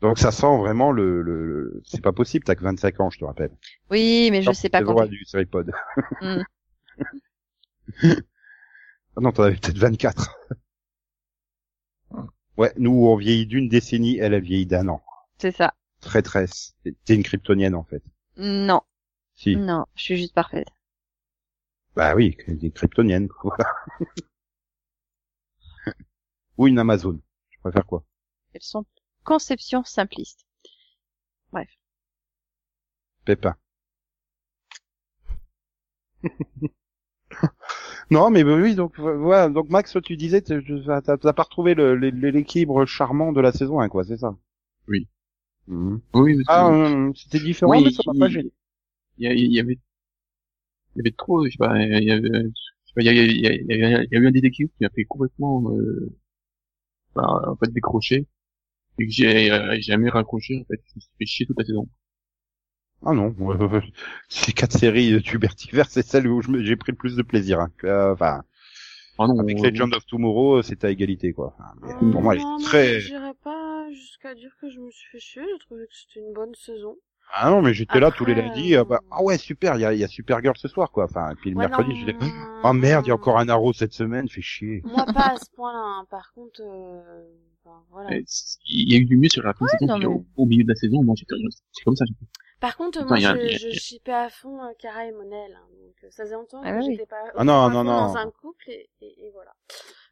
donc ça sent vraiment le, le, le- c'est pas possible. T'as que 25 ans, je te rappelle.
Oui, mais je sais pas
Le droit
quand.
du Seripod.
Hmm.
Ah non, t'en avais peut-être 24. Ouais, nous on vieillit d'une décennie, elle a vieilli d'un an.
C'est ça.
Traîtresse. T'es une kryptonienne en fait.
Non,
Si.
non, je suis juste parfaite.
Bah oui, une kryptonienne, quoi, voilà. Ou une Amazon. Je préfère quoi
Elles sont conceptions simplistes.
Pépin. non, mais oui, donc vo- voilà. Donc Max, toi, tu disais, t'es- tu- t'as t'as pas retrouvé le- le- l'équilibre charmant de la saison 1, quoi, c'est ça
Oui.
Mhm.
Oui,
Ah, euh, c'était différent,
Oui,
mais ça m'a pas gêné.
il y, a- il y avait, il y avait trop, je sais pas, il y avait, je sais pas, il y avait, il y avait- il y avait- il y a eu un détective qui m'a fait complètement, euh, bah, en fait, décrocher. Et que j'ai, euh, jamais raccroché, en fait. Je me suis fait chier toute la saison.
Ah non, euh, ces quatre séries de Tubertiverse, c'est celle où je me- j'ai pris le plus de plaisir. hein, que, euh, Enfin,
Ah non,
avec
euh,
Legend of Tomorrow, c'est à égalité, quoi. Enfin, mais
Euh,
pour moi, elle
non,
est
moi,
très...
J'irais pas jusqu'à dire que je me suis fait chier, j'ai trouvé que c'était une bonne saison.
Ah non, mais j'étais là tous les
Après,
lundis. euh, bah,
euh,
ah ouais, super, il y a, il y a Supergirl ce soir, quoi. Enfin, et puis le
Ouais,
mercredi,
non,
j'étais...
non,
Oh merde, il y a
non.
encore un arrow cette semaine, fait chier.
Moi pas à ce point-là, hein. par contre, euh... enfin, voilà.
euh, il y a eu du mieux sur la fin de saison,
non,
puis au,
mais-
au milieu de la saison, moi, j'étais, c'est comme ça, j'ai fait.
Par contre,
Attends,
moi
il y a- il y
je,
a-
je shippais à fond euh, Cara et Monel, hein. donc euh, ça faisait longtemps
Ah
que
oui.
j'étais pas
Ah non,
autant à
non,
fond
non.
dans un couple et, et, et voilà.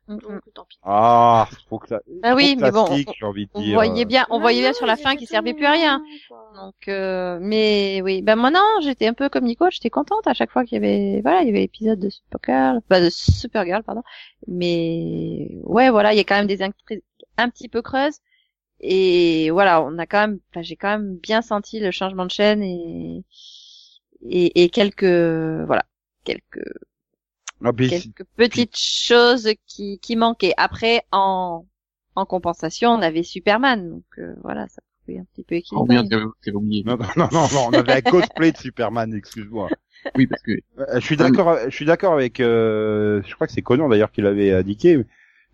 Mm, mm.
Donc tant pis.
Ah, faut que ça...
Ah
trop
oui, mais bon,
classique, j'ai envie de
On
dire.
voyait bien, Ah, on
Non,
voyait bien
non,
sur la
ils
fin
étaient
qu'il
tous
servait plus à rien.
mignons, quoi.
Donc, euh, mais oui, ben moi non, j'étais un peu comme Nico, j'étais contente à chaque fois qu'il y avait, voilà, il y avait l'épisode de Supergirl, bah de Supergirl pardon. Mais ouais, voilà, il y a quand même des actrices un petit peu creuses et voilà, on a quand même, enfin, j'ai quand même bien senti le changement de chaîne et et, et quelques, voilà, quelques
Ah, puis c'est-
quelques petites choses qui, qui manquaient. Après, en, en compensation, on avait Superman, donc euh, voilà, ça pouvait un petit peu
Oh
équilibrer.
merde, t'avais t'avais oublié.
Non, non, non, non, non, on avait un cosplay de Superman, excuse-moi.
Oui, parce que,
Euh, Je suis d'accord, euh, je suis d'accord avec, euh, je crois que c'est Conan d'ailleurs qui l'avait indiqué,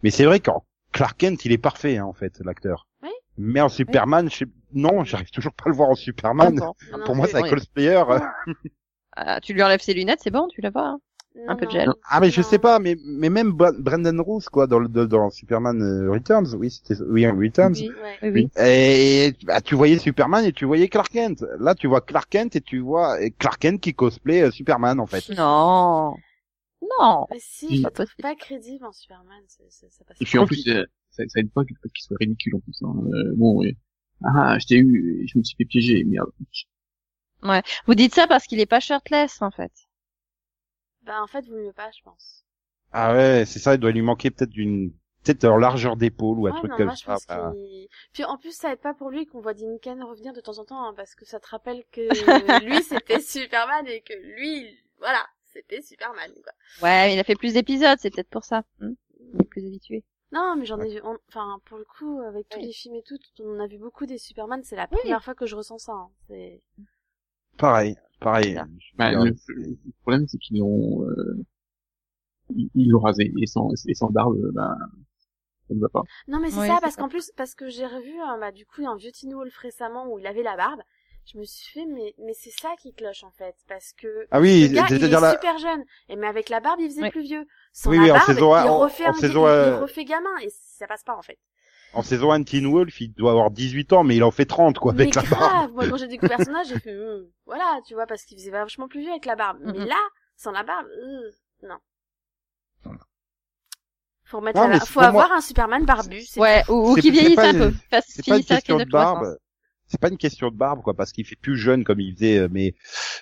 mais c'est vrai qu'en Clark Kent, il est parfait, hein, en fait, l'acteur.
Oui.
Mais en Superman, je sais- non, j'arrive toujours pas à le voir en
Ah
Superman.
bon.
Non,
Pour moi,
c'est
c'est un
vrai.
cosplayer. euh,
Ah, tu lui enlèves ses lunettes, c'est bon, tu la vois. hein.
non,
un peu de
non.
gel.
Ah mais je
Non.
sais pas, mais mais même Bra- Brandon Roos quoi dans le de- dans Superman euh, Returns, oui c'était oui hein, Returns.
Oui,
Ouais.
oui, oui.
Et bah, tu voyais Superman et tu voyais Clark Kent. Là tu vois Clark Kent et tu vois euh, Clark Kent qui cosplay euh, Superman en fait.
Non. Non.
Mais si,
Il-
je
pas
le trouve
possible.
pas crédible en Superman, c'est- c'est- ça passe
Et puis en
pas.
plus, euh, ça, ça aide pas qu'il qu'il soit ridicule en plus. hein. Euh, bon, ouais. ah, je t'ai eu, je me suis fait piéger. Merde.
Vous dites ça parce qu'il est pas shirtless, en fait.
Bah en fait, vaut mieux pas, je pense.
Ah ouais c'est ça, il doit lui manquer peut-être d'une peut-être leur largeur d'épaule ou un
Ouais,
truc
Ah, non,
comme
moi, je
ça.
pense
bah.
qu'il- Puis en plus, ça aide pas pour lui qu'on voit Dean Cain revenir de temps en temps, hein, parce que ça te rappelle que lui, c'était Superman et que lui, il- voilà, c'était Superman. Quoi.
Ouais, mais il a fait plus d'épisodes, c'est peut-être pour ça. Hmm il est plus habitué.
Non, mais j'en ai vu, on- enfin, pour le coup, avec tous
Oui.
les films et tout, on a vu beaucoup des Superman, c'est la
Oui.
première fois que je ressens ça. hein, c'est-
Pareil, pareil.
Bah,
Non,
le, le problème, c'est qu'ils l'ont, euh, ils- ils l'ont rasé et sans, et sans barbe, bah, ça ne va pas.
Non, mais c'est
Oui,
ça,
c'est
parce
ça.
qu'en plus, parce que j'ai revu, hein, bah, du coup, un vieux Teen Wolf récemment où il avait la barbe, je me suis fait, mais, mais c'est ça qui cloche, en fait, parce que
Ah
Le
oui,
gars, il est
c'est-à-dire là.
super jeune. Et mais avec la barbe, il faisait
Oui.
plus vieux. Sans
Oui,
la
oui, en
barbe,
saison un-
il
en-
refait,
en
un petit-
saison
il
un-
refait gamin. Et ça passe pas, en fait.
En saison 1 Teen Wolf, il doit avoir 18 ans mais il en fait 30 quoi
Mais
avec la barbe.
grave, moi, quand j'ai découvert son âge, j'ai fait, euh, voilà, tu vois, parce qu'il faisait vachement plus vieux avec la barbe. Mais
Mhm.
là, sans la barbe, euh, non. Faut remettre
Non,
la-
mais c'est
Faut
pour moi-
avoir un Superman barbu. c'est
Ouais, ou, ou
C'est-
qui
c'est
vieillisse
pas
un
une-
peu. Fasse-
c'est pas une
finisse avec les
question
deux
de
croissances.
barbe. C'est pas une question de barbe, quoi, parce qu'il fait plus jeune comme il faisait, euh, mais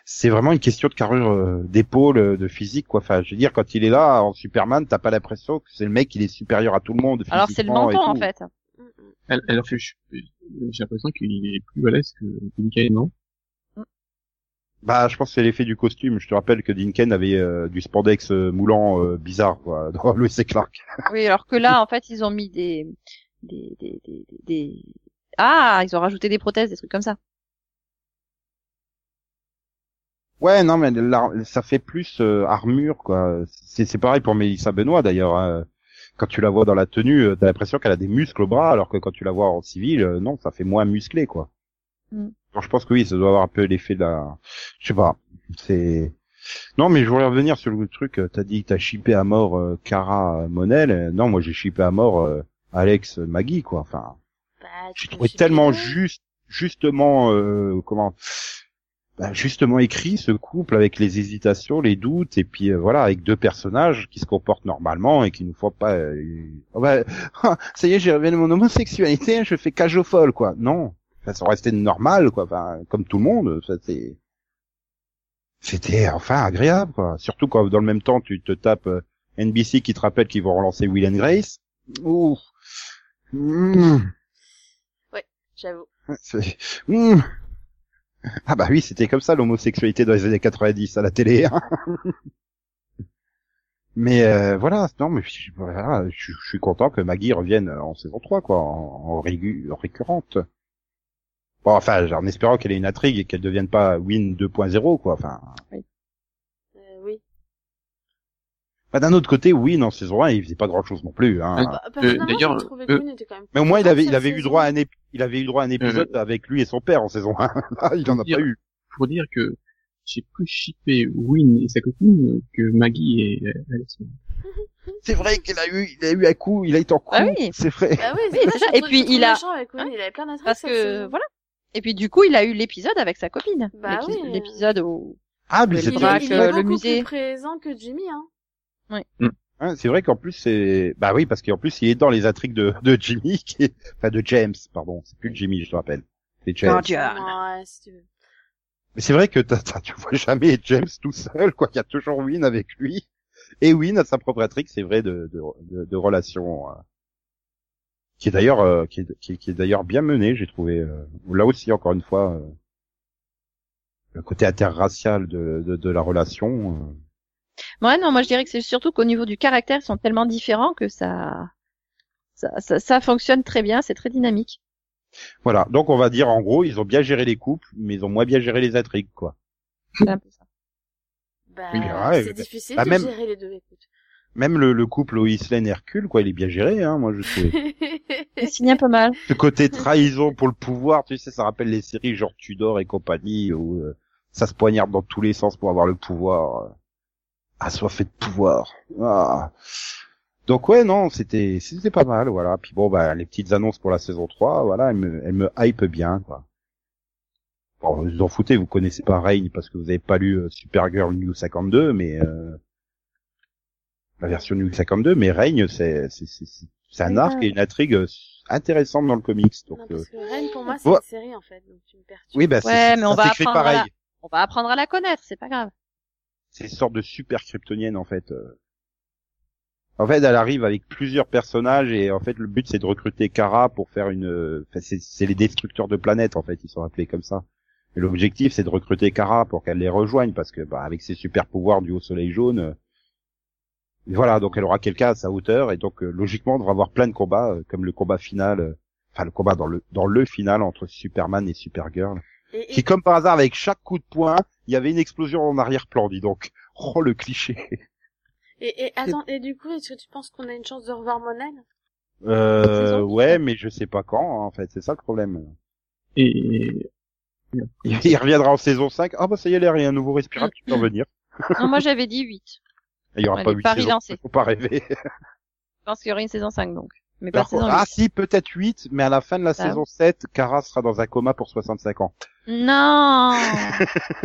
c'est vraiment une question de carrure euh, d'épaule, euh, de physique, quoi. Enfin, je veux dire, quand il est là, en Superman, t'as pas l'impression que c'est le mec, il est supérieur à tout le monde.
Alors c'est le
physiquement et
menton, en
tout.
fait.
tout. Mm, mm.
Alors- Alors que je- euh, j'ai l'impression qu'il est plus balèze que Michael, non?
Bah, je pense que c'est l'effet du costume. Je te rappelle que Dinken avait euh, du spandex euh, moulant euh, bizarre, quoi, dans Lois et Clark.
Oui, alors que là, en fait, ils ont mis des, des, des, des, des- des- ah, ils ont rajouté des prothèses, des trucs comme ça.
Ouais, non, mais la- ça fait plus euh, armure, quoi. C'est c'est pareil pour Mélissa Benoît, d'ailleurs. hein. quand tu la vois dans la tenue, euh, t'as l'impression qu'elle a des muscles au bras, alors que quand tu la vois en civil, euh, non, ça fait moins musclé, quoi.
Mm.
Donc je pense que oui, ça doit avoir un peu l'effet de la... Je sais pas, c'est... Non, mais je voulais revenir sur le truc, euh, t'as dit que t'as chippé à mort euh, Cara euh, Monel, Euh, non, moi j'ai chippé à mort euh, Alex euh, Maggie, quoi, enfin...
Bah,
J'ai
tu
trouvé
peux
tellement
supprimer.
juste, justement, euh, comment, bah, justement écrit ce couple avec les hésitations, les doutes, et puis euh, voilà, avec deux personnages qui se comportent normalement et qui nous font pas. euh, oh bah, ça y est, j'ai révélé mon homosexualité, je fais cage aux folles, quoi. Non, enfin, ça restait normal, quoi. Enfin, comme tout le monde, ça c'est. C'était enfin agréable, quoi. Surtout quand dans le même temps tu te tapes euh, NBC qui te rappelle qu'ils vont relancer Will and Grace. Ouh. Mmh.
J'avoue.
C'est- Hmm. Ah bah oui, c'était comme ça l'homosexualité dans les années 90 à la télé. hein. mais euh, voilà, non mais je- voilà, je, je suis content que Maggie revienne en saison 3 quoi, en, en régu- en récurrente. Bon enfin, en espérant qu'elle ait une intrigue et qu'elle devienne pas Win 2.0 quoi, enfin.
Euh, oui.
Bah, d'un autre côté, Win en saison 1, il faisait pas grand chose non plus hein.
Ah,
Bah, personnellement,
d'ailleurs,
je trouvais
euh,
que Gwyn était quand même.
Mais au moins il avait
Ah,
il
cette
avait eu
saison.
droit à un épi- il avait eu droit à un épisode avec lui et son père en saison 1. Là, il en a pas eu.
pour dire que j'ai plus shippé Win et sa copine que Maggie et euh, Alex.
C'est vrai qu'il a eu, il a eu un coup, il a été en coup.
Ah oui.
C'est vrai.
Bah oui,
Oui,
c'est
déjà.
ça,
Et
je
puis,
trouve
il a-
méchant Avec Gwyn,
Hein
il avait plein
Ah,
d'intrigues.
Parce
cette
que
saison.
voilà. Et puis du coup, il a eu l'épisode avec sa copine.
Bah
L'épi-
oui.
L'épisode où
Ah, mais
Oui,
c'est
il,
vrai.
est,
braque,
il est
euh, le
beaucoup
musée.
plus présent que Jimmy, hein.
hein, c'est vrai qu'en plus c'est, bah oui, parce qu'en plus il est dans les intrigues de, de Jimmy, qui est- enfin de James, pardon, c'est plus Jimmy, je te rappelle. C'est James.
Ah.
Ouais, euh, si tu veux.
Mais c'est vrai que t'as, t'as- tu vois jamais James tout seul, quoi. Il y a toujours Win avec lui. Et Win a sa propre intrigue, c'est vrai, de, de, de, de relation. euh, qui est d'ailleurs, euh, qui est, qui est- qui est d'ailleurs bien menée, j'ai trouvé. euh, là aussi, encore une fois, euh, le côté interracial de, de, de la relation. euh,
Ouais, non, moi je dirais que c'est surtout qu'au niveau du caractère, ils sont tellement différents que ça, ça, ça, ça fonctionne très bien, c'est très dynamique.
Voilà. Donc on va dire en gros, ils ont bien géré les couples, mais ils ont moins bien géré les intrigues, quoi.
C'est un peu ça.
Bah,
Oui, mais ouais,
c'est
bah,
difficile
bah,
de
même-
gérer les deux, écoute.
Même le, le couple Lois et Hercule, quoi, il est bien géré, hein, moi je trouve.
Il signe un peu mal.
Ce côté trahison pour le pouvoir, tu sais, ça rappelle les séries genre Tudor et compagnie où euh, ça se poignarde dans tous les sens pour avoir le pouvoir. euh, assoiffé de pouvoir. Ah. Donc ouais, non, c'était c'était pas mal, voilà. Puis bon, bah les petites annonces pour la saison 3, voilà, elles me, elles me hype bien, quoi. Bon, vous vous en foutez, vous connaissez pas Reign parce que vous avez pas lu euh, Supergirl New 52, mais euh, la version New 52, mais Reign, c'est c'est c'est c'est- c'est un arc et une intrigue euh, intéressante dans le comics. Donc
Non,
euh,
parce que Rennes, pour moi, c'est
Ouais.
une série, en fait, donc tu me perturbes.
oui, bah c'est
Ouais, mais
ça
on va
s'écrit
apprendre à
pareil.
la- On va apprendre à la connaître, c'est pas grave.
c'est une sorte de super kryptonienne en fait. euh. En fait, elle arrive avec plusieurs personnages et en fait le but c'est de recruter Kara pour faire une. euh, enfin, c'est- c'est les destructeurs de planètes en fait, ils sont appelés comme ça. Et l'objectif c'est de recruter Kara pour qu'elle les rejoigne parce que bah, avec ses super pouvoirs du haut soleil jaune. euh, et Voilà, donc elle aura quelqu'un à sa hauteur et donc euh, logiquement on devra avoir plein de combats euh, comme le combat final, euh, enfin le combat dans le dans le final entre Superman et Supergirl
Et, et-
qui comme par hasard avec chaque coup de poing, il y avait une explosion en arrière-plan, dis donc. Oh le cliché.
et, et attends, et du coup, est-ce que tu penses qu'on a une chance de revoir Monel
Euh, ouais, mais je sais pas quand hein, en fait, c'est ça le problème.
Et
Il, il reviendra en saison 5. Ah bah ça y est, il y a un nouveau respirable qui peut revenir.
Non, moi j'avais dit 8.
Il y aura
Ouais,
pas
les
huit
paris
saisons,
lancés.
Faut pas rêver.
Je pense qu'il y aurait une saison 5 donc. Mais pas saison 8.
ah si, peut-être 8, mais à la fin de la saison 7, Kara sera dans un coma pour 65 ans.
Non!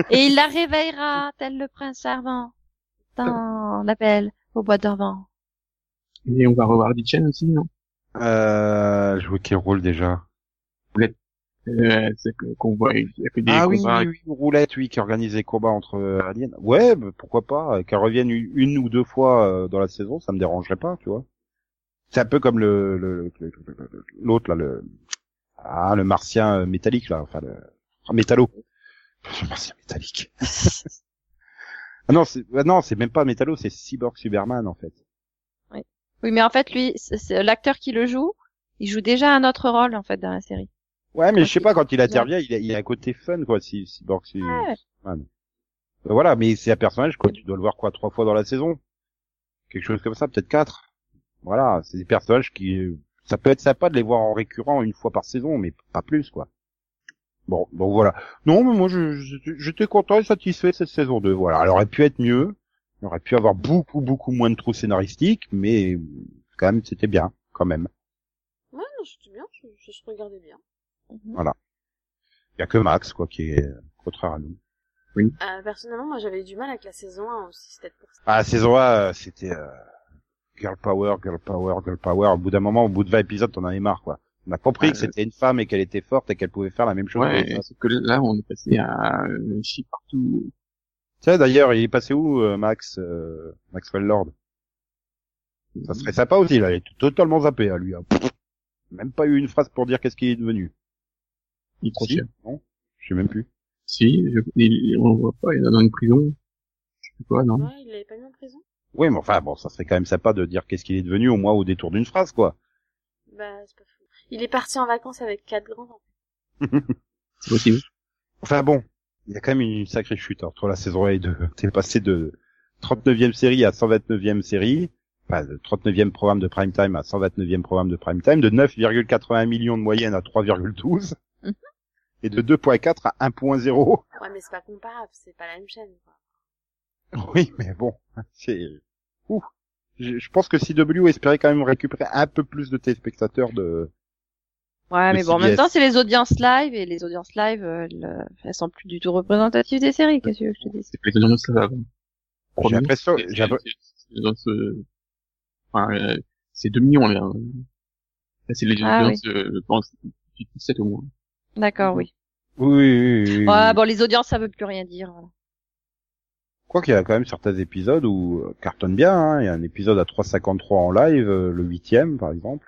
Et il la réveillera, tel le prince charmant, dans la belle, au bois dormant.
et on va revoir Dichen aussi, non
Euh, jouer quel rôle déjà
euh, C'est que- qu'on voit, il y a que des
Ah oui,
combats.
oui, oui, roulette, oui, qui organisait les combats entre euh, aliens. Ouais, bah, pourquoi pas, euh, qu'elle revienne une, une ou deux fois euh, dans la saison, ça me dérangerait pas, tu vois. C'est un peu comme le le- le- le- l'autre là, le ah le martien euh, métallique là, enfin le ah, métallo. Le martien métallique. ah non, c'est ah non, c'est même pas métallo, c'est cyborg Superman en fait.
Oui, mais en fait, lui, c'est- c'est l'acteur qui le joue, il joue déjà un autre rôle, en fait, dans la série.
Ouais, mais je sais
Ok.
pas, quand il intervient, il a, il a un côté fun, quoi, si, si Borg, si... Ouais, mais- Ben Voilà, mais c'est un personnage, quoi, tu dois le voir, quoi, trois fois dans la saison. Quelque chose comme ça, peut-être quatre. Voilà, c'est des personnages qui, euh, ça peut être sympa de les voir en récurrent une fois par saison, mais pas plus, quoi. Bon, donc voilà. Non, mais moi, je- je- j'étais content et satisfait de cette saison 2. Voilà, elle aurait pu être mieux. Elle aurait pu avoir beaucoup, beaucoup moins de trous scénaristiques, mais quand même, c'était bien, quand même.
Ouais, non, j'étais bien, je, je, je regardais bien.
Mhm.
Il y a que Max, quoi, qui est euh, contraire à nous.
Euh, personnellement, moi, j'avais eu du mal avec la saison 1 aussi, c'était peut-être pour ça.
Ah, saison 1, euh, c'était euh, girl power, girl power, girl power. Au bout d'un moment, au bout de 20 épisodes, t'en avais marre, quoi. On a compris
Ouais,
que c'était une femme et qu'elle était forte et qu'elle pouvait faire la même chose. que les
Ouais,
autres.
sauf que là, on est passé à euh, un chiffre partout.
Tiens, d'ailleurs, il est passé où, euh, Max, euh, Maxwell Lord Ça serait sympa aussi, là. Il est totalement zappé, à lui. hein. Pff, Même pas eu une phrase pour dire qu'est-ce qu'il est devenu.
Ici.
Si, Non Je sais même plus.
Si, je- il- on le voit pas, il est dans une prison. Je sais pas,
Ah
non.
Ouais, il l'avait pas mis en prison.
Oui, mais enfin, bon, ça serait quand même sympa de dire qu'est-ce qu'il est devenu, au moins au détour d'une phrase, quoi.
Bah, c'est pas fou. Il est parti en vacances avec quatre grands.
C'est possible.
Enfin bon, il y a quand même une sacrée chute hein, entre la saison 1 et 2. T'es passé de 39e série à 129e série, enfin de 39e programme de prime time à 129e programme de prime time, de 9,81 millions de moyenne à 3,12,
Mhm.
et de 2,4 à 1,0.
Ouais, mais c'est pas comparable, c'est pas la même chaîne, quoi.
Oui, mais bon, c'est... Ouh. Je, je pense que CW espérait quand même récupérer un peu plus de téléspectateurs de...
Ouais,
Le
mais bon, en même
CBS.
temps, c'est les audiences live, et les audiences live, euh, le- elles sont plus du tout représentatives des séries, qu'est-ce que je te dis
C'est pas les audiences ça va avant.
J'ai l'impression...
C'est-
j'ai
c'est-
l'impr-
c'est- c'est dans ce- Enfin, euh, c'est 2 millions, là. Là, c'est les
Ah,
audiences, euh, je pense, 7 au moins.
D'accord, oui.
Oui, oui, oui, oui.
Ouais, bon, les audiences, ça veut plus rien dire. voilà.
Quoi qu'il y a quand même certains épisodes où euh, cartonnent bien. hein. Il y a un épisode à 3,53 en live, euh, le huitième par exemple.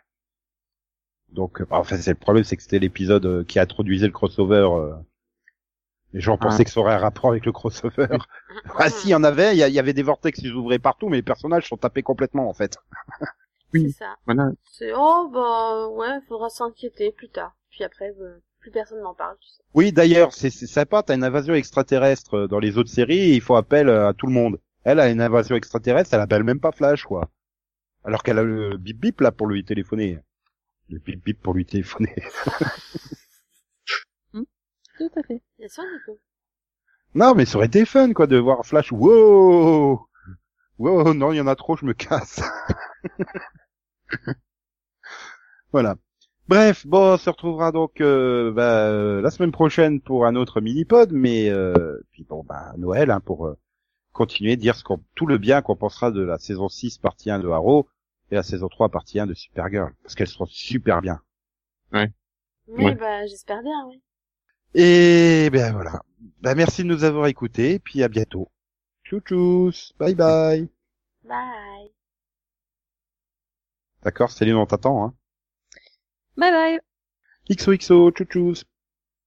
Donc, euh, bah, enfin, c'est le problème, c'est que c'était l'épisode euh, qui introduisait le crossover. euh. Les gens pensaient que ça aurait un rapport avec le crossover. ah si, il y en avait. Il y, a- il y avait des vortex qui s'ouvraient partout, mais les personnages sont tapés complètement en fait.
Oui.
C'est ça.
Voilà.
C'est, oh, bah, ouais, faudra s'inquiéter plus tard. Puis après, bah, plus personne n'en parle, tu sais.
Oui, d'ailleurs, c'est c'est sympa. T'as une invasion extraterrestre euh, dans les autres séries. Et il faut appel euh, à tout le monde. Elle a une invasion extraterrestre. Elle appelle même pas Flash, quoi. Alors qu'elle a le bip bip là pour lui téléphoner. Le bip bip pour lui téléphoner.
Tout à fait.
Bien sûr, Nico.
non, mais ça aurait été fun, quoi, de voir Flash. Wow, wow, non, il y en a trop. Je me casse. voilà. Bref, bon, on se retrouvera donc euh, bah, euh, la semaine prochaine pour un autre mini-pod, mais euh, puis bon, bah, Noël hein, pour euh, continuer de dire ce qu'on, tout le bien qu'on pensera de la saison 6 partie 1 de Arrow et la saison 3 partie 1 de Supergirl, parce qu'elles seront super bien.
Mais,
Ouais.
bah, j'espère bien, oui.
Et ben voilà. Ben, merci de nous avoir écoutés, puis à bientôt. Tchou tchous, bye bye.
Bye.
D'accord, Céline, on t'attend. Hein.
Bye bye.
XOXO, tchou tchous.